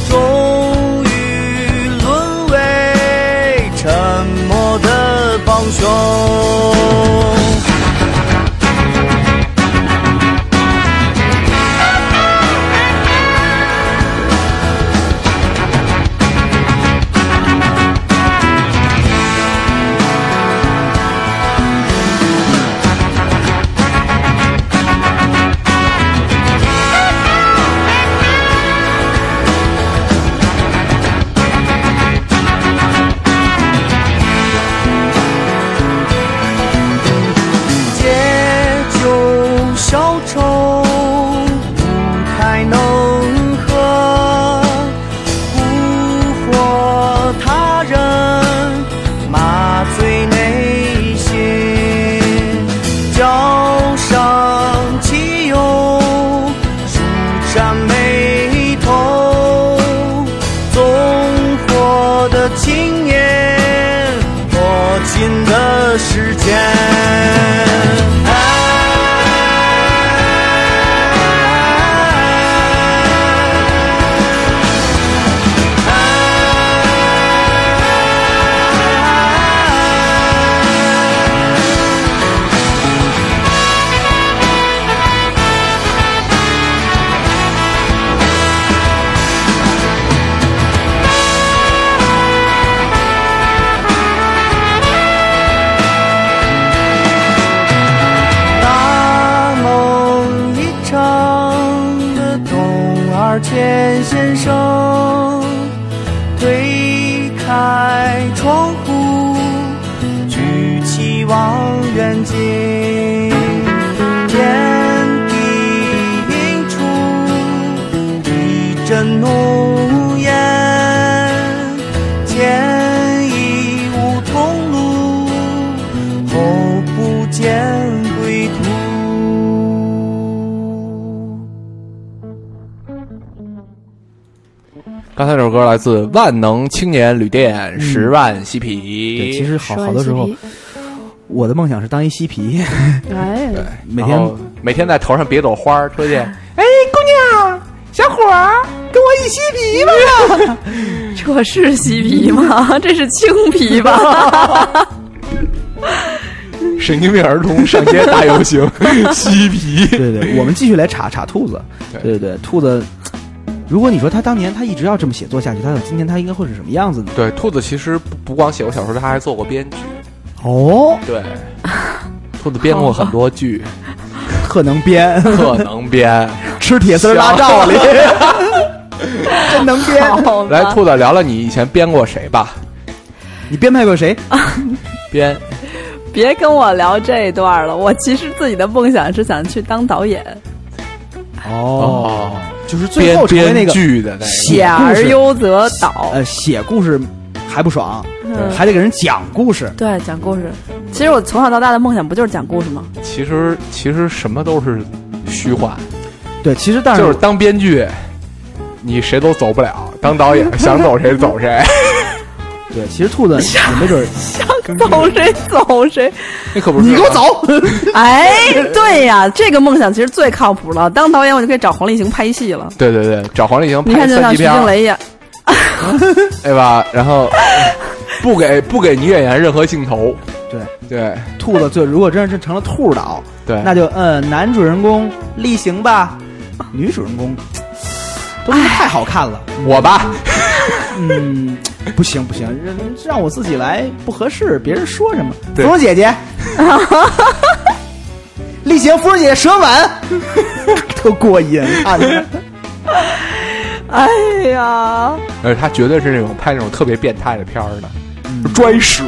[SPEAKER 8] 终于沦为沉默的帮凶。借酒消愁，不太能喝，蛊惑他人，麻醉内心，浇上汽油，舒展眉头，纵火的青年，握紧的时间。
[SPEAKER 9] 开窗户，举起望远镜，天地映出一阵浓烟，前已无同路，后不见归途。
[SPEAKER 5] 刚才这首歌来自万能青年旅店十万嬉皮，
[SPEAKER 4] 对，其实好好多时
[SPEAKER 6] 十
[SPEAKER 4] 候
[SPEAKER 6] 万，
[SPEAKER 4] 我的梦想是当一嬉皮，
[SPEAKER 6] 哎，
[SPEAKER 4] 每
[SPEAKER 5] 然
[SPEAKER 4] 天
[SPEAKER 5] 后每天在头上别朵花儿，推荐。哎，姑娘，小伙儿，跟我一起皮吧。
[SPEAKER 6] 这是嬉
[SPEAKER 5] [LAUGHS]
[SPEAKER 6] 皮吗？这是青皮吧？
[SPEAKER 5] 神经病儿童上街大游
[SPEAKER 6] [LAUGHS]
[SPEAKER 5] 行，嬉皮。
[SPEAKER 4] 对对，我们继续来查查兔子。对对对，兔子，如果你说他当年他一直要这么写作下去，他今年他应该会是什么样子呢？
[SPEAKER 5] 对，兔子其实不不光写过小说，他还做过编剧。
[SPEAKER 4] 哦，
[SPEAKER 5] 对，兔子编过很多 [LAUGHS] 剧，
[SPEAKER 4] 特能编， [LAUGHS]
[SPEAKER 5] 特能编。
[SPEAKER 4] 吃铁丝儿拉罩里，真能编。
[SPEAKER 6] [LAUGHS] 好吧
[SPEAKER 5] 来，兔子聊聊你以前编过谁吧？
[SPEAKER 4] 你编排过谁？
[SPEAKER 5] 编
[SPEAKER 6] 别跟我聊这一段了。我其实自己的梦想是想去当导演，
[SPEAKER 4] 哦，
[SPEAKER 5] 哦，
[SPEAKER 4] 就是最
[SPEAKER 5] 编
[SPEAKER 4] 后成为那
[SPEAKER 5] 编
[SPEAKER 4] 个
[SPEAKER 5] 剧的那个。
[SPEAKER 4] 写
[SPEAKER 6] 演
[SPEAKER 4] 故
[SPEAKER 6] 而
[SPEAKER 4] 事，
[SPEAKER 6] 优则导。
[SPEAKER 5] 哎
[SPEAKER 4] 呃，写故事还不爽，
[SPEAKER 6] 嗯
[SPEAKER 4] 还得给人讲故事。
[SPEAKER 6] 对，讲故事。其实我从小到大的梦想不就是讲故事吗？
[SPEAKER 5] 其实其实什么都是虚幻，
[SPEAKER 4] 对，其实但是
[SPEAKER 5] 就是当编剧，你谁都走不了；当导 [LAUGHS] 演，想走谁走谁。
[SPEAKER 4] 对，其实兔
[SPEAKER 5] [LAUGHS]
[SPEAKER 4] 子也没准儿，
[SPEAKER 6] 走谁走谁。
[SPEAKER 5] 那可不是。你给我走！ [LAUGHS]
[SPEAKER 6] 哎，对呀，这个梦想其实最靠谱了。当导演我就可以找黄立行拍戏了。
[SPEAKER 5] 对对对，找黄立行
[SPEAKER 6] 你
[SPEAKER 5] 拍
[SPEAKER 6] 看，就
[SPEAKER 5] 三
[SPEAKER 6] 像
[SPEAKER 5] 级
[SPEAKER 6] 徐
[SPEAKER 5] 片
[SPEAKER 6] 静
[SPEAKER 5] 儿，
[SPEAKER 6] 蕾一样，
[SPEAKER 5] 对吧？然后不给不给女演员任何镜头。
[SPEAKER 4] [LAUGHS] 对
[SPEAKER 5] 对
[SPEAKER 4] 兔子最如果真是成了兔岛，
[SPEAKER 5] 对，
[SPEAKER 4] 那就嗯，男主人公例行吧，女主人公都不太好看了，
[SPEAKER 5] 我吧，
[SPEAKER 4] 嗯，不行不行，让让我自己来不合适，别人说什么？芙
[SPEAKER 5] 对
[SPEAKER 4] 蓉姐
[SPEAKER 5] [LAUGHS]
[SPEAKER 4] 姐，例行芙蓉姐姐舌
[SPEAKER 5] [LAUGHS]
[SPEAKER 4] 吻，特过瘾，看着
[SPEAKER 6] 哎呀，
[SPEAKER 5] 而且他绝对是那种拍那种特别变态的片儿的，
[SPEAKER 6] 嗯
[SPEAKER 5] 拽屎、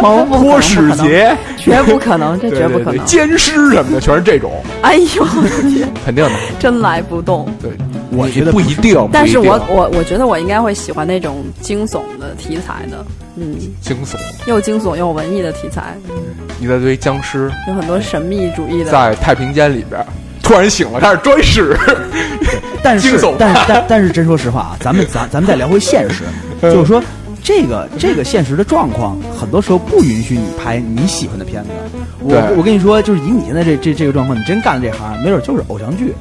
[SPEAKER 5] 泼屎节，
[SPEAKER 6] 绝不可能，这
[SPEAKER 5] 对
[SPEAKER 6] 绝不
[SPEAKER 5] 对
[SPEAKER 6] 可
[SPEAKER 5] 对，
[SPEAKER 6] 能！
[SPEAKER 5] 奸尸什么的，全是这种，
[SPEAKER 6] 哎呦， [LAUGHS] 我的天，
[SPEAKER 5] 肯定的。
[SPEAKER 6] 真来不动。
[SPEAKER 5] 对，
[SPEAKER 4] 我
[SPEAKER 5] 你
[SPEAKER 4] 觉得
[SPEAKER 5] 不
[SPEAKER 4] 不
[SPEAKER 5] 一定，
[SPEAKER 6] 但是
[SPEAKER 5] 不一定
[SPEAKER 6] 我我我觉得我应该会喜欢那种惊悚的题材的，嗯，
[SPEAKER 5] 惊悚，
[SPEAKER 6] 又惊悚又文艺的题材，
[SPEAKER 5] 一大堆僵尸
[SPEAKER 6] 有很多神秘主义的。
[SPEAKER 5] 在太平间里边。突然醒了，开始拽屎。
[SPEAKER 4] 但是
[SPEAKER 5] 惊悚
[SPEAKER 4] 但是但但是真说实话啊，咱们咱咱们再聊回现
[SPEAKER 5] [LAUGHS]
[SPEAKER 4] 实，
[SPEAKER 5] 嗯
[SPEAKER 4] 就是说这个这个现实的状况，很多时候不允许你拍你喜欢的片子。我
[SPEAKER 5] 对
[SPEAKER 4] 我跟你说，就是以你现在这这这个状况，你真干了这行，没准就是偶像剧。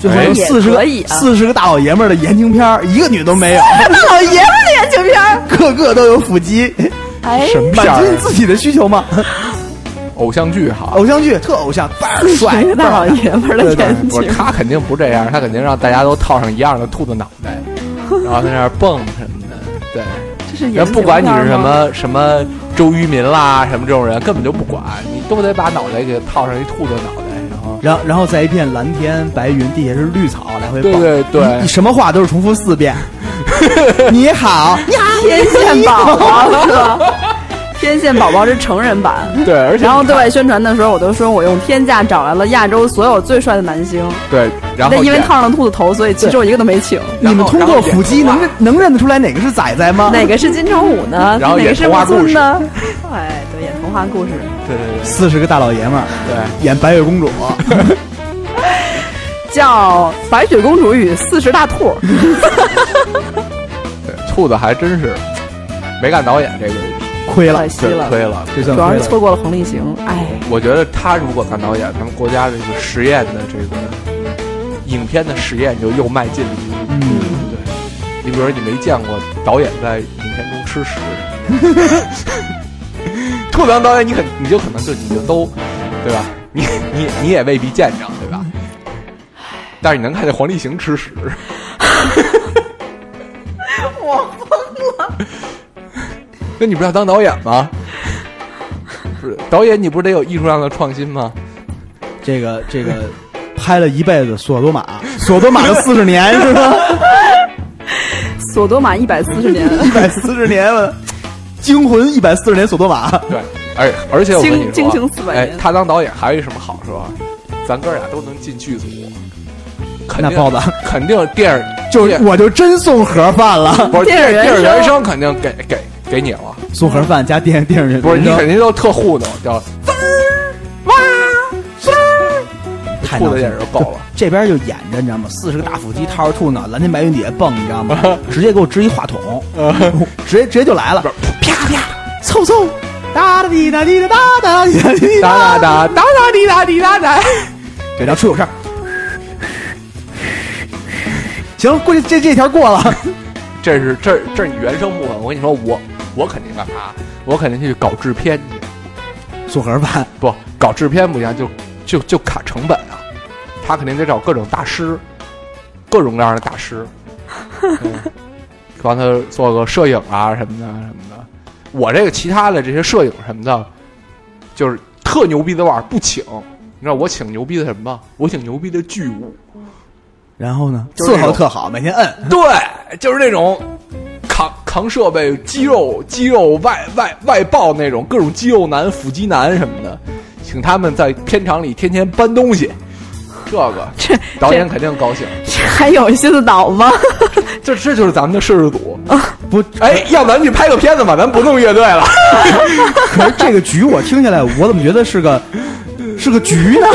[SPEAKER 4] 最后
[SPEAKER 5] 哎
[SPEAKER 4] 有四十
[SPEAKER 6] 也
[SPEAKER 4] 个
[SPEAKER 6] 可以啊
[SPEAKER 4] 四十个大老爷们儿的言情片儿，一个女都没有。老爷们儿的言情片儿，个个都有腹肌，
[SPEAKER 6] 哎，
[SPEAKER 5] 什么片
[SPEAKER 4] 满足你
[SPEAKER 5] 儿？啊
[SPEAKER 4] 自己的需求嘛。
[SPEAKER 5] [LAUGHS] 偶像剧哈。
[SPEAKER 4] 偶像剧特偶像，倍儿帅，
[SPEAKER 6] 个大老爷们儿的
[SPEAKER 4] 对对
[SPEAKER 6] 眼
[SPEAKER 5] 不
[SPEAKER 6] 睛
[SPEAKER 5] 是，他肯定不这样，他肯定让大家都套上一样的兔子脑袋，然后在那儿蹦什么的。对，
[SPEAKER 6] 这是
[SPEAKER 5] 然
[SPEAKER 6] 眼
[SPEAKER 5] 后不管你是什，么什么周渝民啦，什么这种人，根本就不管，你都得把脑袋给套上一兔子脑袋，然后
[SPEAKER 4] 然后，然后在一片蓝天白云，地下是绿草，来回
[SPEAKER 5] 对
[SPEAKER 4] 蹦
[SPEAKER 5] 对对
[SPEAKER 4] 你你什么话都是重复四
[SPEAKER 5] [LAUGHS]
[SPEAKER 4] 遍。你好，你好，
[SPEAKER 6] 天线宝宝是吧？天线宝宝是成人版，
[SPEAKER 5] 对，而且
[SPEAKER 6] 然后对外宣传的时候，我都说我用天价找来了亚洲所有最帅的男星，
[SPEAKER 5] 对，然后
[SPEAKER 6] 但因为
[SPEAKER 5] 演
[SPEAKER 6] 套上了兔子头，所以其实我一个都没
[SPEAKER 5] [LAUGHS]
[SPEAKER 6] 请。
[SPEAKER 4] 你们通过腹肌
[SPEAKER 5] 然
[SPEAKER 4] 能
[SPEAKER 5] 后
[SPEAKER 4] 认能认得出来哪个是仔仔吗？
[SPEAKER 6] 哪个是金城武呢？
[SPEAKER 5] 然后
[SPEAKER 6] 哪
[SPEAKER 5] 演
[SPEAKER 6] 个是
[SPEAKER 5] 童话
[SPEAKER 6] 木
[SPEAKER 5] 故
[SPEAKER 6] 村
[SPEAKER 5] 事
[SPEAKER 6] 呢？哎，对，演童话故事。
[SPEAKER 5] 对对
[SPEAKER 4] 四十个大老爷们儿
[SPEAKER 5] 对对，
[SPEAKER 4] 演白雪
[SPEAKER 5] [LAUGHS]
[SPEAKER 4] 公主，
[SPEAKER 6] 叫《白雪公主与四十大兔》， [LAUGHS]
[SPEAKER 5] 对，兔子还真是没干导演这个，
[SPEAKER 4] 亏了
[SPEAKER 6] 可，惜了，
[SPEAKER 5] 亏了。
[SPEAKER 4] 这算
[SPEAKER 6] 主要
[SPEAKER 4] 亏
[SPEAKER 6] 是
[SPEAKER 4] 了。
[SPEAKER 6] 错过了黄立行。哎，
[SPEAKER 5] 我觉得他如果干导演，咱们国家这个实验的这个影片的实验就又迈进了一步。
[SPEAKER 4] 嗯，
[SPEAKER 5] 对，你比如说你没见过导演在影片中
[SPEAKER 6] [LAUGHS]
[SPEAKER 5] 吃屎，兔子当导演你肯你就可能就你就都，对吧？你你你也未必见着，对吧？但是你能看见黄立行吃屎，
[SPEAKER 6] [LAUGHS] 我疯了！
[SPEAKER 5] 那你不是要当导演吗？不是导演，你不是得有艺术上的创新吗？
[SPEAKER 4] 这个这个拍了一辈子《索多玛》， [LAUGHS] 《索多玛》的四十年是吧？
[SPEAKER 6] 索多玛一百四十年， [LAUGHS]
[SPEAKER 4] 一百四十年了，惊魂一百四十年索多玛》。
[SPEAKER 5] 对，而而且我跟你
[SPEAKER 6] 惊
[SPEAKER 5] 说
[SPEAKER 6] 惊情
[SPEAKER 5] 啊
[SPEAKER 6] 四，百
[SPEAKER 5] 哎，
[SPEAKER 6] 年
[SPEAKER 5] 他当导演还有一什么好是吧？咱哥俩都能进剧组，肯
[SPEAKER 4] 那
[SPEAKER 5] 定
[SPEAKER 4] 包子
[SPEAKER 5] 肯定电影
[SPEAKER 4] 就是
[SPEAKER 5] 电
[SPEAKER 4] 我就真送盒饭了，
[SPEAKER 5] 不是
[SPEAKER 6] 电影
[SPEAKER 5] 电影
[SPEAKER 6] 原
[SPEAKER 5] 原
[SPEAKER 6] 声
[SPEAKER 5] 声肯定给给给你了，
[SPEAKER 4] 送盒饭加电电影
[SPEAKER 5] 不是你肯
[SPEAKER 4] 定
[SPEAKER 5] 定都特糊弄，叫
[SPEAKER 4] 太
[SPEAKER 5] 吐
[SPEAKER 4] 闹
[SPEAKER 5] 的
[SPEAKER 4] 心
[SPEAKER 5] 电影就够了。
[SPEAKER 4] 这边就演着，你知道吗？四十个大腹肌掏着兔脑，蓝天白云底下蹦，你知道吗？直接给我支一话筒，直接直接就来了，啪啪，凑凑，哒哒滴哒滴哒哒哒滴哒滴
[SPEAKER 5] 哒哒哒
[SPEAKER 4] 哒哒滴哒滴哒哒，给他出口哨。行，过去这这条过了， [LAUGHS]
[SPEAKER 5] 这是这这是你原声部分，我跟你说，我我肯定干嘛？我肯定去搞制片去，
[SPEAKER 4] 送盒饭，
[SPEAKER 5] 不搞制片不行，就就就卡成本啊。他肯定得找各种大师，各种各样的大师，嗯帮他做个摄影啊什么的什么的。我这个其他的这些摄影什么的，就是特牛逼的腕儿不请，你知道我请牛逼的什么吗？我请牛逼的剧务，
[SPEAKER 4] 然后呢，
[SPEAKER 5] 就是
[SPEAKER 4] 色
[SPEAKER 5] 这
[SPEAKER 4] 号
[SPEAKER 5] 种
[SPEAKER 4] 特好，每天摁。
[SPEAKER 5] 对，就是那种扛扛设备、肌肉、肌肉外外外爆那种各种肌肉男、腹肌男什么的，请他们在片场里天天搬东西。这个导演肯定高兴，
[SPEAKER 6] 还有心思倒吗？
[SPEAKER 5] 这这就是咱们的摄制组。
[SPEAKER 4] 不，
[SPEAKER 5] 哎，要不咱去拍个片子吧，咱不弄乐队了。
[SPEAKER 4] 可是这个局我听下来，我怎么觉得是个是个局呢？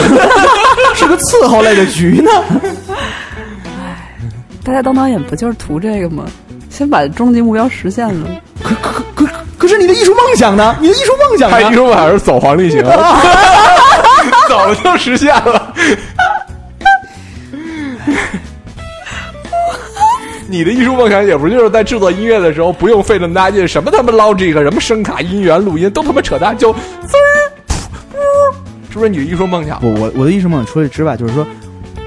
[SPEAKER 4] [LAUGHS] 是个伺候类的局呢？
[SPEAKER 6] [LAUGHS] 大家当导演不就是图这个吗？先把终极目标实现了。
[SPEAKER 4] 可可可可是你的艺术梦想呢？你的艺术梦想
[SPEAKER 5] 拍《一
[SPEAKER 4] 呢？
[SPEAKER 5] 周还是走黄立行》，早就实现了。你的艺术梦想也不就是在制作音乐的时候不用费那么大劲，什么他妈 Logic，什么啊声卡、音源、录音都他妈扯淡，就滋儿，噗噗是不是你的艺术梦想？
[SPEAKER 4] 不，我我的艺术梦想除了之外，就是说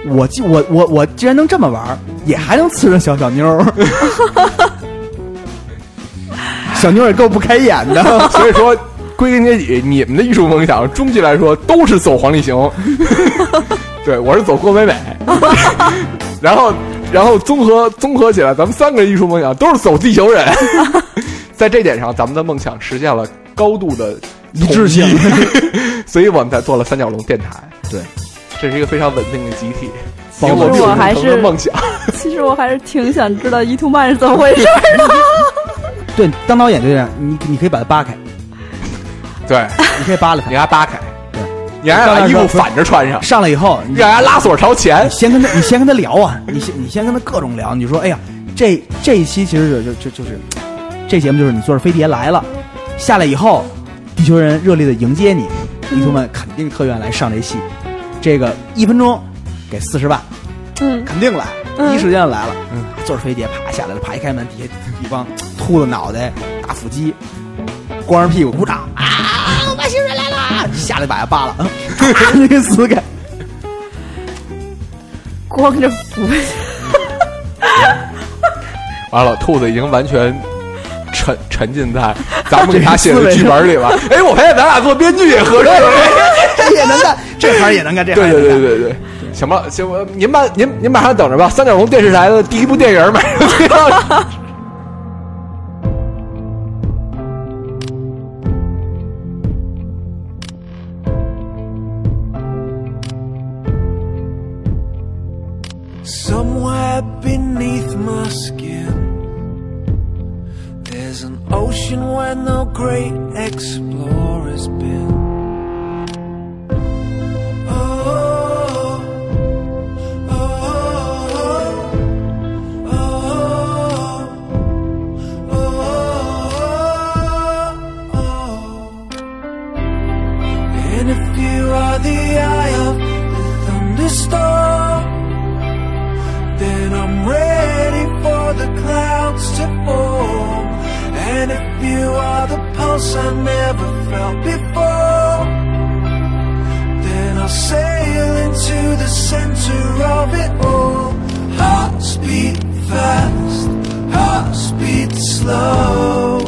[SPEAKER 4] 我既我我我既然能这么玩儿，也还能呲着小小妞儿，小妞儿也够不开眼的。
[SPEAKER 5] [LAUGHS] 所以说，归根结底，你们的艺术梦想终极来说都是走黄立行， [LAUGHS] 对我是走郭美 [LAUGHS] 美，然后然后综合综合起来，咱们三个人艺术梦想都是走地球人， [LAUGHS] 在这点上，咱们的梦想实现了高度的
[SPEAKER 4] 一致性
[SPEAKER 5] 统一， [LAUGHS] 所以我们才做了三角龙电台。
[SPEAKER 4] 对，
[SPEAKER 5] 这是一个非常稳定的集体，
[SPEAKER 4] 包括
[SPEAKER 5] 有我们
[SPEAKER 6] 我还
[SPEAKER 5] 共同的
[SPEAKER 6] 是
[SPEAKER 5] 梦想。 [LAUGHS]
[SPEAKER 6] 其实我还是挺想知道 E 伊图曼是怎么回事儿的。
[SPEAKER 4] 对，当导演就这样，你你可以把它扒开，
[SPEAKER 5] 对，
[SPEAKER 4] 你可以扒拉
[SPEAKER 5] 你
[SPEAKER 4] 它。
[SPEAKER 5] 给它扒开，
[SPEAKER 4] 对，
[SPEAKER 5] 你还把衣服反着穿上，
[SPEAKER 4] 上来以后，你
[SPEAKER 5] 让人拉锁朝前
[SPEAKER 4] 你。先跟他，你先跟他聊啊，你先你先跟他各种聊，你就说，哎呀，这这一期其实就就就就是，这节目就是你坐着飞碟来了，下来以后，地球人热烈的迎接你，地球们肯定特愿来上这戏，这个一分钟给四十万，
[SPEAKER 6] [LAUGHS] 嗯
[SPEAKER 4] 肯定来，第一时间就来了，嗯，坐着飞碟啪下来了，啪一开门，底下一帮秃子脑袋、大腹肌，光着屁股鼓掌啊，外星人来啦，一下来把他扒了，嗯， [LAUGHS] 给撕开。
[SPEAKER 6] 光着不
[SPEAKER 5] 完了，兔子已经完全沉沉浸在咱们给他写的剧本里 [LAUGHS] 了。哎，我发现咱俩做编剧也合适。
[SPEAKER 4] 这也能干，这行也能干，这行
[SPEAKER 5] 对
[SPEAKER 4] 也能
[SPEAKER 5] 对
[SPEAKER 4] 干。
[SPEAKER 5] 对对对，行吧行吧，您马您您马上等着吧，三角龙电视台的第一部电影马上就要。
[SPEAKER 8] Somewhere beneath my skin, there's an ocean where no great explorer's been. Oh, oh, oh, oh, oh, oh, oh. And if you are the eye of the thunderstorm then I'm ready for the clouds to fall. And if you are the pulse I never felt before, then I'll sail into the center of it all. Hearts beat fast, hearts beat slow.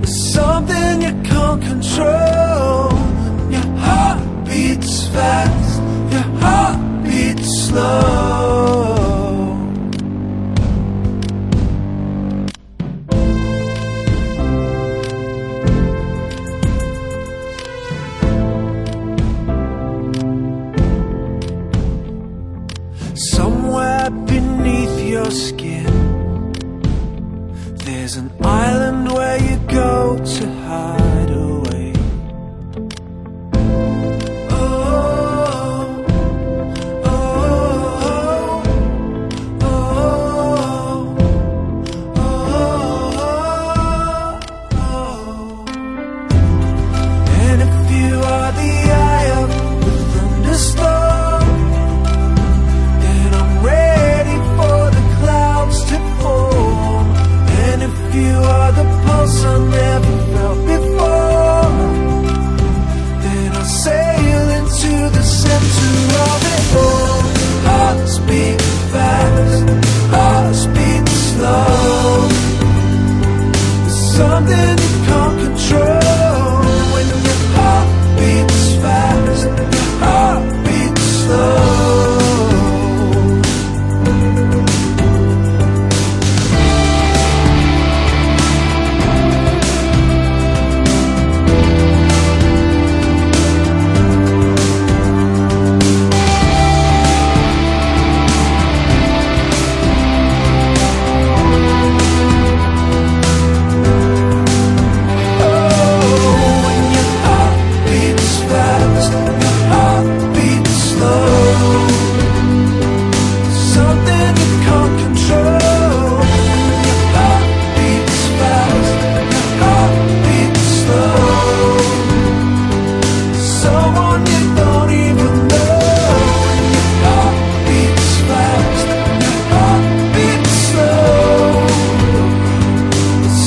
[SPEAKER 8] There's something you can't control. Your heart beats fast, your heart beats slow. something you can't control. When your heart beats fast and your heart beats slow. Someone you don't even know beats fast, your heart beats slow.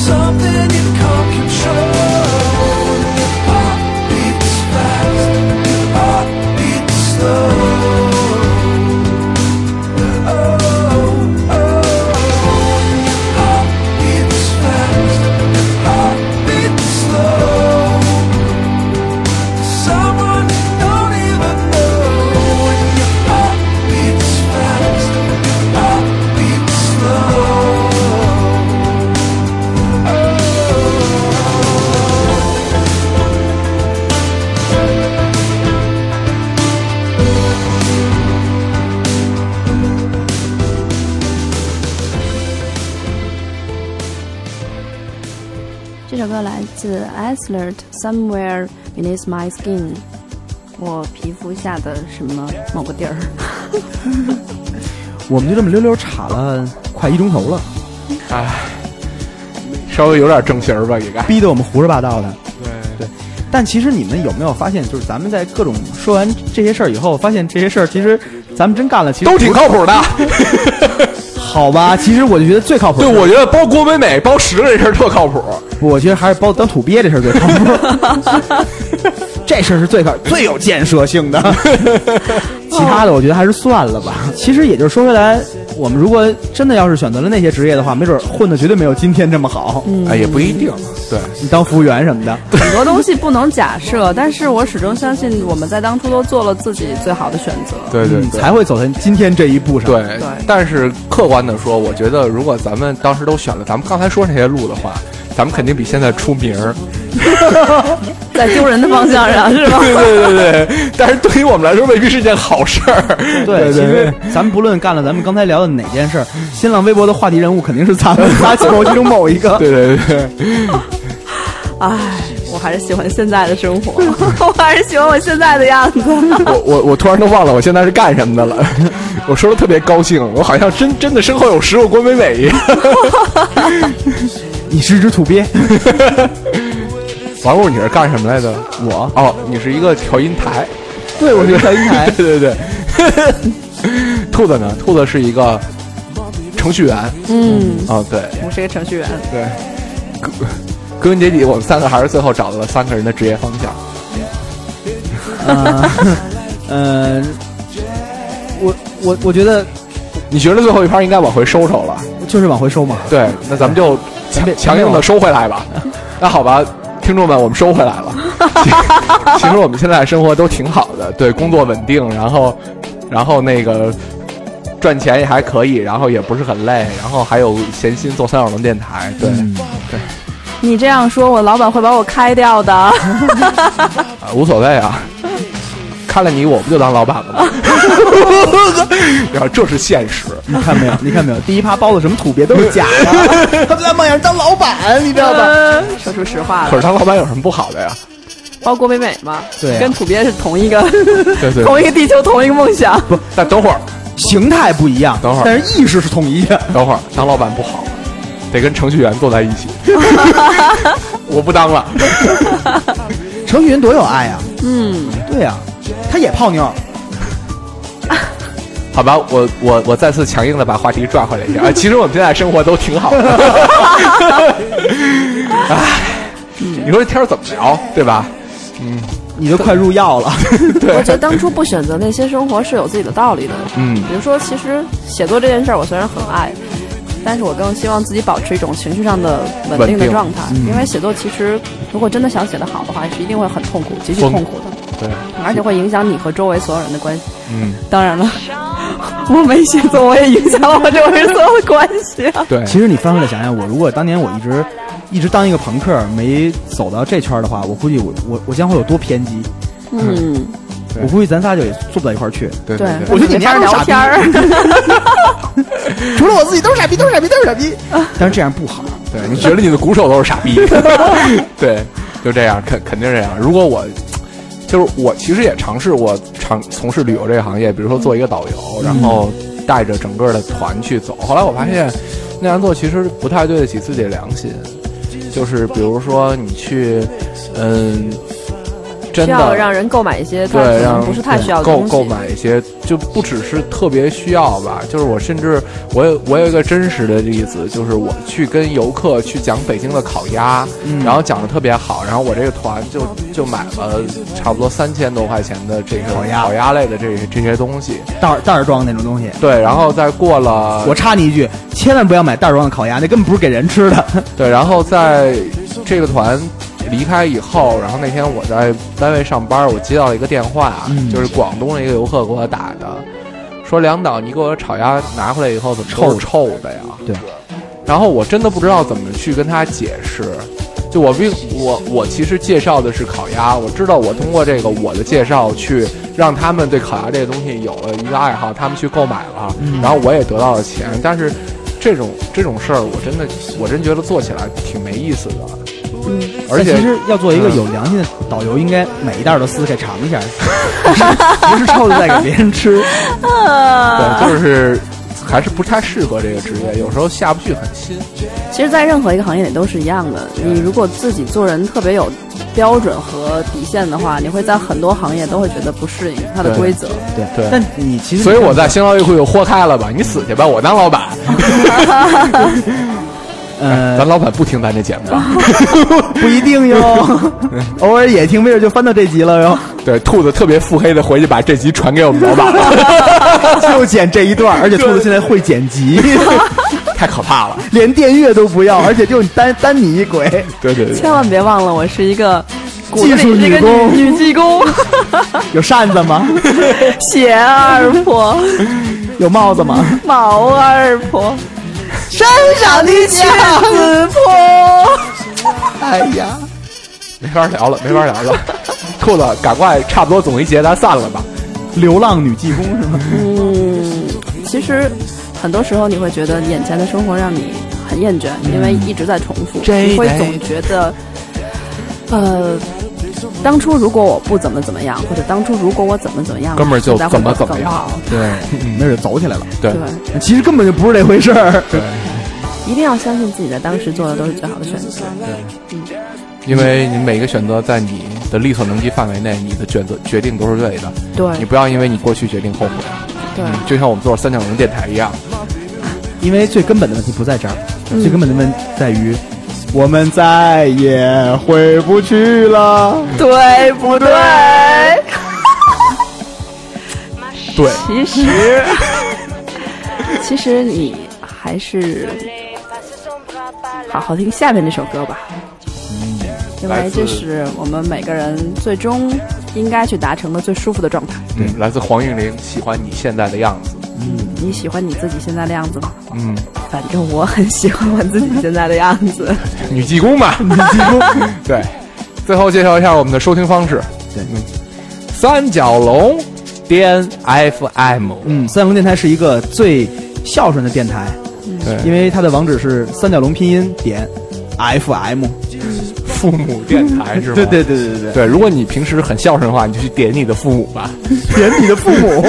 [SPEAKER 8] Something you can't control. Oh, Your heart beats fast, your heart beats slow. Oh, oh, your heart beats fast, your heart beats slow. Someone you don't even know when your heart beats fast, your heart beats slow.
[SPEAKER 6] 这首歌来自 Islert Somewhere Beneath My Skin，我皮肤下的什么某个地儿。
[SPEAKER 4] 我们就这么溜溜插了快一钟头了，
[SPEAKER 5] [LAUGHS] 稍微有点正形儿吧，也该。
[SPEAKER 4] 逼得我们胡说八道的。
[SPEAKER 5] 对
[SPEAKER 4] 对但其实你们有没有发现，就是咱们在各种说完这些事儿以后，发现这些事儿其实咱们真干了，其实
[SPEAKER 5] 都挺靠谱的。
[SPEAKER 4] 好吧？其实我就觉得最靠谱
[SPEAKER 5] [LAUGHS] 对，
[SPEAKER 4] 的，
[SPEAKER 5] 我觉得包郭美美、包十个这事儿特靠谱。
[SPEAKER 4] 我觉得还是包当土鳖这事儿最靠谱。
[SPEAKER 5] [LAUGHS]
[SPEAKER 4] 这事儿是最靠最有建设性的，其他的我觉得还是算了吧。其实也就是说回来，我们如果真的要是选择了那些职业的话，没准儿混的绝对没有今天这么好。
[SPEAKER 5] 哎，也不一定。对，
[SPEAKER 4] 你当服务员什么的，
[SPEAKER 6] 很多东西不能假设，但是我始终相信我们在当初都做了自己最好的选择。
[SPEAKER 5] 对对
[SPEAKER 4] 嗯
[SPEAKER 5] 对。
[SPEAKER 4] 才会走到今天这一步上。
[SPEAKER 5] 对，
[SPEAKER 6] 对
[SPEAKER 5] 但是客观的说，我觉得如果咱们当时都选了咱们刚才说那些路的话，咱们肯定比现在出名儿。
[SPEAKER 6] 在丢人的方向上，是吗？
[SPEAKER 5] 对对对对，但是对于我们来说未必是件好事儿。
[SPEAKER 4] 对，
[SPEAKER 5] 对
[SPEAKER 4] 其
[SPEAKER 5] 对
[SPEAKER 4] 实咱们不论干了咱们刚才聊的哪件事儿，新浪微博的话题人物肯定是咱们仨其中某一 [LAUGHS] 个。
[SPEAKER 5] 对对对对，
[SPEAKER 6] 唉， [LAUGHS] 我还是喜欢现在的生活， [LAUGHS] 我还是喜欢我现在的样子。
[SPEAKER 5] 我我我突然都忘了我现在是干什么的了。我说的特别高兴，我好像真真的身后有十个郭美美一样。
[SPEAKER 4] 你是只土鳖，
[SPEAKER 5] 王璐，你是干什么来的？
[SPEAKER 4] 我
[SPEAKER 5] 哦，你是一个调音台。。
[SPEAKER 4] [LAUGHS] 对我是调音 [LAUGHS] 台
[SPEAKER 5] 对对对。兔子呢？兔子是一个程序员。嗯。哦，对
[SPEAKER 6] 我是一个程序员，
[SPEAKER 5] 对。归根结底，我们三个还是最后找到了三个人的职业方向。
[SPEAKER 4] 嗯、我我我觉得
[SPEAKER 5] 你觉得最后一拍应该往回收手了？
[SPEAKER 4] 就是往回收 [LAUGHS] 嘛。
[SPEAKER 5] [LAUGHS] 对，那咱们就
[SPEAKER 4] 前
[SPEAKER 5] 强
[SPEAKER 4] 面
[SPEAKER 5] 强硬的收回来吧。 [LAUGHS] 那好吧，听众们，我们收回来了。其其实我们现在生活都挺好的，对，工作稳定，然后，然后那个赚钱也还可以，然后也不是很累，然后还有闲心做三角龙电台。对，
[SPEAKER 6] 你这样说，我老板会把我开掉 [LAUGHS] 的。
[SPEAKER 5] 啊无所谓啊。看了你，我不就当老板了 [LAUGHS] 吗？然后这是现实，
[SPEAKER 4] 你看没有？你看没有？第一趴包的什么土鳖都是假的， [LAUGHS] 他们在梦想当老板，你知道吧？
[SPEAKER 6] 呃说出实话
[SPEAKER 5] 可
[SPEAKER 6] 了，
[SPEAKER 5] 是当老板有什么不好的呀？
[SPEAKER 6] 包括美美嘛，
[SPEAKER 4] 对啊
[SPEAKER 6] 跟土鳖是同一个，
[SPEAKER 5] 对对
[SPEAKER 6] [LAUGHS] 同一个地球，同一个梦想。
[SPEAKER 5] 但等会儿，
[SPEAKER 4] [LAUGHS] 形态不一样，
[SPEAKER 5] 等会儿
[SPEAKER 4] 但是意识是统一的。
[SPEAKER 5] 等会儿，当老板不好，得跟程序员坐在一 [LAUGHS] 起。我不当了。
[SPEAKER 4] 程序员多有爱啊！嗯，对呀、他也泡妞。
[SPEAKER 5] 好吧，我我我再次强硬的把话题拽回来一下啊！其实我们现在生活都挺好的， [LAUGHS] 唉，你说这天儿怎么聊，对吧？
[SPEAKER 4] 你就快入药了，
[SPEAKER 6] 我觉得当初不选择那些生活是有自己的道理的。
[SPEAKER 5] 嗯
[SPEAKER 6] 比如说，其实写作这件事儿，我虽然很爱，但是我更希望自己保持一种情绪上的稳
[SPEAKER 5] 稳
[SPEAKER 6] 定的
[SPEAKER 5] 定嗯
[SPEAKER 6] 状态，因为写作其实如果真的想写得好的话，是一定会很痛苦，极其
[SPEAKER 5] 疯
[SPEAKER 6] 痛苦的。
[SPEAKER 5] 对，
[SPEAKER 6] 而且会影响你和周围所有人的关系。
[SPEAKER 5] 嗯，
[SPEAKER 6] 当然了， [LAUGHS] 我没写作，我也影响了我周围所有的关系啊。
[SPEAKER 5] 对，
[SPEAKER 4] 其实你翻回来想想，我如果当年我一直一直当一个朋克，没走到这圈儿的话，我估计我我我将会有多偏激。
[SPEAKER 6] 嗯，
[SPEAKER 5] 对
[SPEAKER 4] 我估计咱仨就也坐不到一块儿去。
[SPEAKER 5] 对
[SPEAKER 6] 对，
[SPEAKER 5] 对
[SPEAKER 4] 我觉得你
[SPEAKER 6] 没
[SPEAKER 4] 们
[SPEAKER 6] 法
[SPEAKER 4] 家都
[SPEAKER 6] 聊
[SPEAKER 4] 傻逼
[SPEAKER 6] 天
[SPEAKER 4] [LAUGHS]
[SPEAKER 5] [LAUGHS]
[SPEAKER 6] 儿。
[SPEAKER 4] 除了我自己都是傻逼，都是傻逼，都是傻逼。 [LAUGHS] 但是这样不好。
[SPEAKER 5] 对，你觉得你的鼓手都是傻逼，对，就这样，肯肯定这样。如果我就是我，其实也尝试过尝从事旅游这个行业，比如说做一个导游，然后带着整个的团去走。后来我发现那样做其实不太对得起自己的良心，就是比如说你去，嗯，真
[SPEAKER 6] 需要
[SPEAKER 5] 的
[SPEAKER 6] 让人购买一些他
[SPEAKER 5] 对，
[SPEAKER 6] 可
[SPEAKER 5] 让
[SPEAKER 6] 能不是太需要的
[SPEAKER 5] 购
[SPEAKER 6] 东西。
[SPEAKER 5] 购买一些，就不只是特别需要吧。就是我甚至我有我有一个真实的例子，就是我去跟游客去讲北京的烤鸭，
[SPEAKER 6] 嗯
[SPEAKER 5] 然后讲的特别好，然后我这个团就就买了差不多三千多块钱的这个烤鸭类的这这些东西。
[SPEAKER 4] 袋儿袋儿装那种东西。
[SPEAKER 5] 对，然后再过了
[SPEAKER 4] 我插你一句，千万不要买袋儿装的烤鸭，那根本不是给人吃的。
[SPEAKER 5] 对，然后在这个团离开以后，然后那天我在单位上班，我接到了一个电话，
[SPEAKER 4] 嗯
[SPEAKER 5] 就是广东的一个游客给我打的，说梁导，你给我炒鸭拿回来以后怎么都是臭的呀？
[SPEAKER 4] 对。
[SPEAKER 5] 然后我真的不知道怎么去跟他解释，就我并我我其实介绍的是烤鸭，我知道我通过这个我的介绍去让他们对烤鸭这个东西有了一个爱好，他们去购买了，
[SPEAKER 4] 嗯
[SPEAKER 5] 然后我也得到了钱，但是这种这种事儿，我真的我真觉得做起来挺没意思的，嗯， [LAUGHS] 而且
[SPEAKER 4] 其实要做一个
[SPEAKER 5] 嗯
[SPEAKER 4] 有良心的导游，应该每一袋儿都撕开尝 [LAUGHS] 一下，不是不是臭的再给别人吃。啊
[SPEAKER 5] 对，就是还是不太适合这个职业，有时候下不去狠心，
[SPEAKER 6] 其实，在任何一个行业里都是一样的。你如果自己做人特别有标准和底线的话，你会在很多行业都会觉得不适应它的
[SPEAKER 5] 对
[SPEAKER 6] 规则。
[SPEAKER 4] 对
[SPEAKER 5] 对
[SPEAKER 4] 但你其实
[SPEAKER 5] [LAUGHS] 所以我在新浪微博就豁开了吧，你死去吧，我当老板，
[SPEAKER 4] 呃
[SPEAKER 5] 咱老板不听咱这节目啊。
[SPEAKER 4] 不一定
[SPEAKER 5] [LAUGHS]
[SPEAKER 4] 哟，偶尔也听，没准就翻到这集了哟。
[SPEAKER 5] 对，兔子特别腹黑的回去把这集传给我们老
[SPEAKER 4] [LAUGHS]
[SPEAKER 5] 板了，
[SPEAKER 4] 就剪这一段，而且兔子现在会剪辑， [LAUGHS]
[SPEAKER 5] 太可怕了。
[SPEAKER 4] 连电乐都不要，而且就单单你一鬼。
[SPEAKER 5] 对对对，
[SPEAKER 6] [LAUGHS] 千万别忘了，我是一个骨子里
[SPEAKER 4] 技术
[SPEAKER 6] 是一个
[SPEAKER 4] 女工
[SPEAKER 6] 女女技工，
[SPEAKER 4] 有扇子吗？
[SPEAKER 6] 鞋二婆， [LAUGHS]
[SPEAKER 4] 有帽子吗？
[SPEAKER 6] 毛二婆，山上的茄子婆。
[SPEAKER 4] 哎呀，
[SPEAKER 5] 没法聊了，没法聊了。兔子，赶快，差不多总一节，咱散了吧。
[SPEAKER 4] 流浪女技工是吗？
[SPEAKER 6] 嗯，其实很多时候你会觉得眼前的生活让你很厌倦，因为一直在重
[SPEAKER 5] 嗯
[SPEAKER 6] 复，你会总觉得，呃，当初如果我不怎么怎么样，或者当初如果我怎么怎么样，
[SPEAKER 5] 哥们儿就
[SPEAKER 6] 现在会
[SPEAKER 5] 怎么
[SPEAKER 6] 更
[SPEAKER 5] 怎么样
[SPEAKER 6] 好。
[SPEAKER 4] 对，没嗯准就走起来了。
[SPEAKER 5] 对
[SPEAKER 6] 对，
[SPEAKER 4] 其实根本就不是这回事儿。
[SPEAKER 6] 一定要相信自己在当时做的都是最好的选择。
[SPEAKER 5] 因为你每个选择在你的力所能及范围内，你的选择决定都是对的。
[SPEAKER 6] 对
[SPEAKER 5] 你不要因为你过去决定后悔。
[SPEAKER 6] 对，
[SPEAKER 5] 就像我们做三角龙电台一样，
[SPEAKER 4] 因为最根本的问题不在这儿，最根本的问题在于，嗯我们再也回不去了。
[SPEAKER 6] 对不对？
[SPEAKER 5] 对，
[SPEAKER 6] 其实， [LAUGHS] 其实你还是好好听下面这首歌吧，嗯因
[SPEAKER 5] 来
[SPEAKER 6] 为
[SPEAKER 5] 自
[SPEAKER 6] 这是我们每个人最终应该去达成的最舒服的状态。
[SPEAKER 5] 嗯，来自黄韵玲，喜欢你现在的样子。
[SPEAKER 6] 你喜欢你自己现在的样子吗？
[SPEAKER 5] 嗯，
[SPEAKER 6] 反正我很喜欢我自己现在的样 [LAUGHS] 子。
[SPEAKER 5] 女技工嘛，女技工。 [LAUGHS] 对，最后介绍一下我们的收听方式。
[SPEAKER 4] 对
[SPEAKER 5] 嗯，三角龙颠 FM。
[SPEAKER 4] 嗯，三角龙电台是一个最孝顺的电台，
[SPEAKER 5] 对，
[SPEAKER 4] 因为它的网址是三角龙拼音点 FM。
[SPEAKER 5] 父母电台是吗？
[SPEAKER 4] 对对对对对对，
[SPEAKER 5] 对，如果你平时很孝顺的话，你就去点你的父母吧，
[SPEAKER 4] 点你的父母，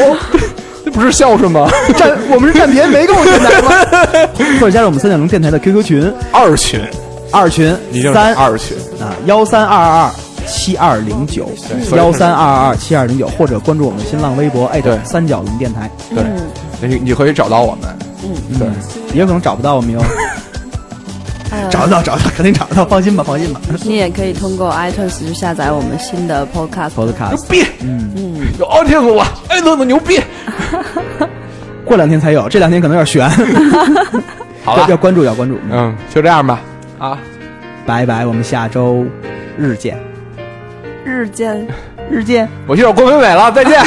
[SPEAKER 5] 这不是孝顺吗？
[SPEAKER 4] 占我们是占别人为共电台吗？或者加入我们三角龙电台的 QQ 群
[SPEAKER 5] [LAUGHS] 二群，
[SPEAKER 4] 二群
[SPEAKER 5] 一定是
[SPEAKER 4] 三
[SPEAKER 5] 二群。
[SPEAKER 4] 啊幺三二二二七二零九
[SPEAKER 5] 所以
[SPEAKER 4] 幺三二二二七二零九，或者关注我们新浪微博艾特
[SPEAKER 5] 对
[SPEAKER 4] 三角龙电台，
[SPEAKER 5] 对，你你可以找到我们。嗯，对，
[SPEAKER 4] 也有可能找不到我们哟。
[SPEAKER 6] 呃
[SPEAKER 4] 找得到，找得到，肯定找得到，放心吧，放心吧。
[SPEAKER 6] 你也可以通过 iTunes 去下载我们新的 Podcast。
[SPEAKER 4] Podcast
[SPEAKER 5] 逼，嗯，有 autism 我，哎，乐乐牛逼。
[SPEAKER 4] 过两天才有，这两天可能有点悬。
[SPEAKER 5] 好
[SPEAKER 4] 要要
[SPEAKER 5] 了，
[SPEAKER 4] 关注要关注，嗯，
[SPEAKER 5] 嗯，就这样吧。啊，
[SPEAKER 4] 拜拜，我们下周日见，
[SPEAKER 10] 日见。
[SPEAKER 4] 日见。
[SPEAKER 5] 我去找郭美美了，再 [LAUGHS] 见。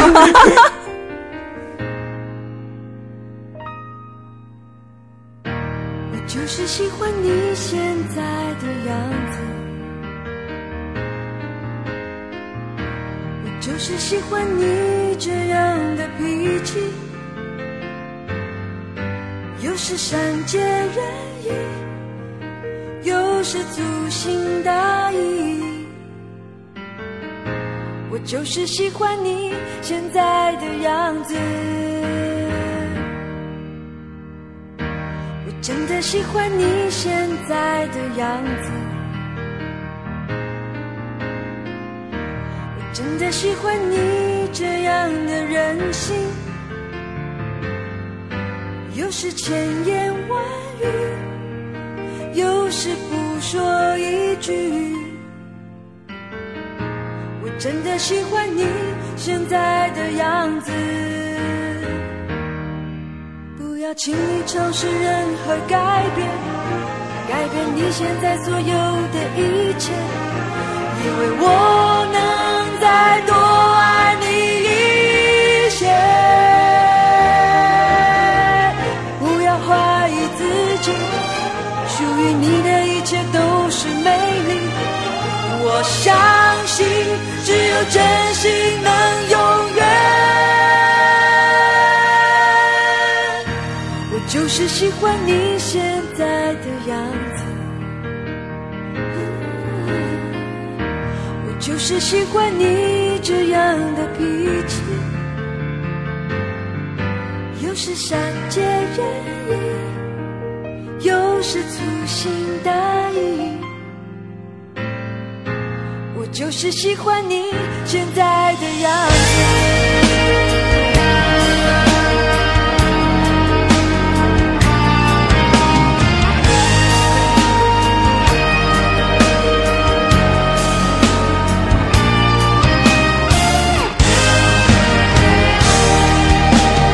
[SPEAKER 6] 我就是喜欢你现在的样子，我就是喜欢你这样的脾气，有时善解人意，有时粗心大意。我就是喜欢你现在的样子。我真的喜欢你现在的样子，我真的喜欢你这样的任性，有时千言万语，有时不说一句。我真的喜欢你现在的样子。不要轻易尝试任何改变，改变你现在所有的一切，因为我能再多爱你一些。不要怀疑自己，属于你的一切都是美丽。我相信，只有真心能永远。我就是喜欢你现在的样子，我就是喜欢你这样的脾气，有时善解人意，有时粗心大意。我就是喜欢你现在的样子。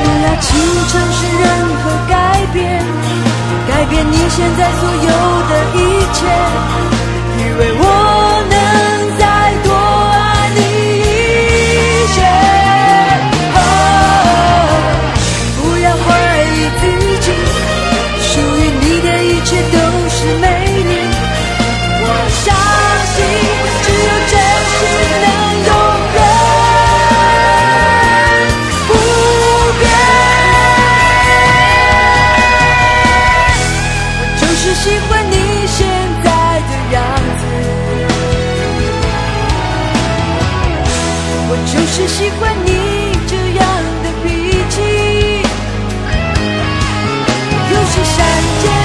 [SPEAKER 6] 不要轻易尝试任何改变，改变你现在所有的一切，因为我能再多爱你一些。哦，不要怀疑自己，属于你的一切都是美丽。我相信，只有真心能永远不变。我就是喜欢你现在的样子，我就是喜欢你这样的脾气，有时善解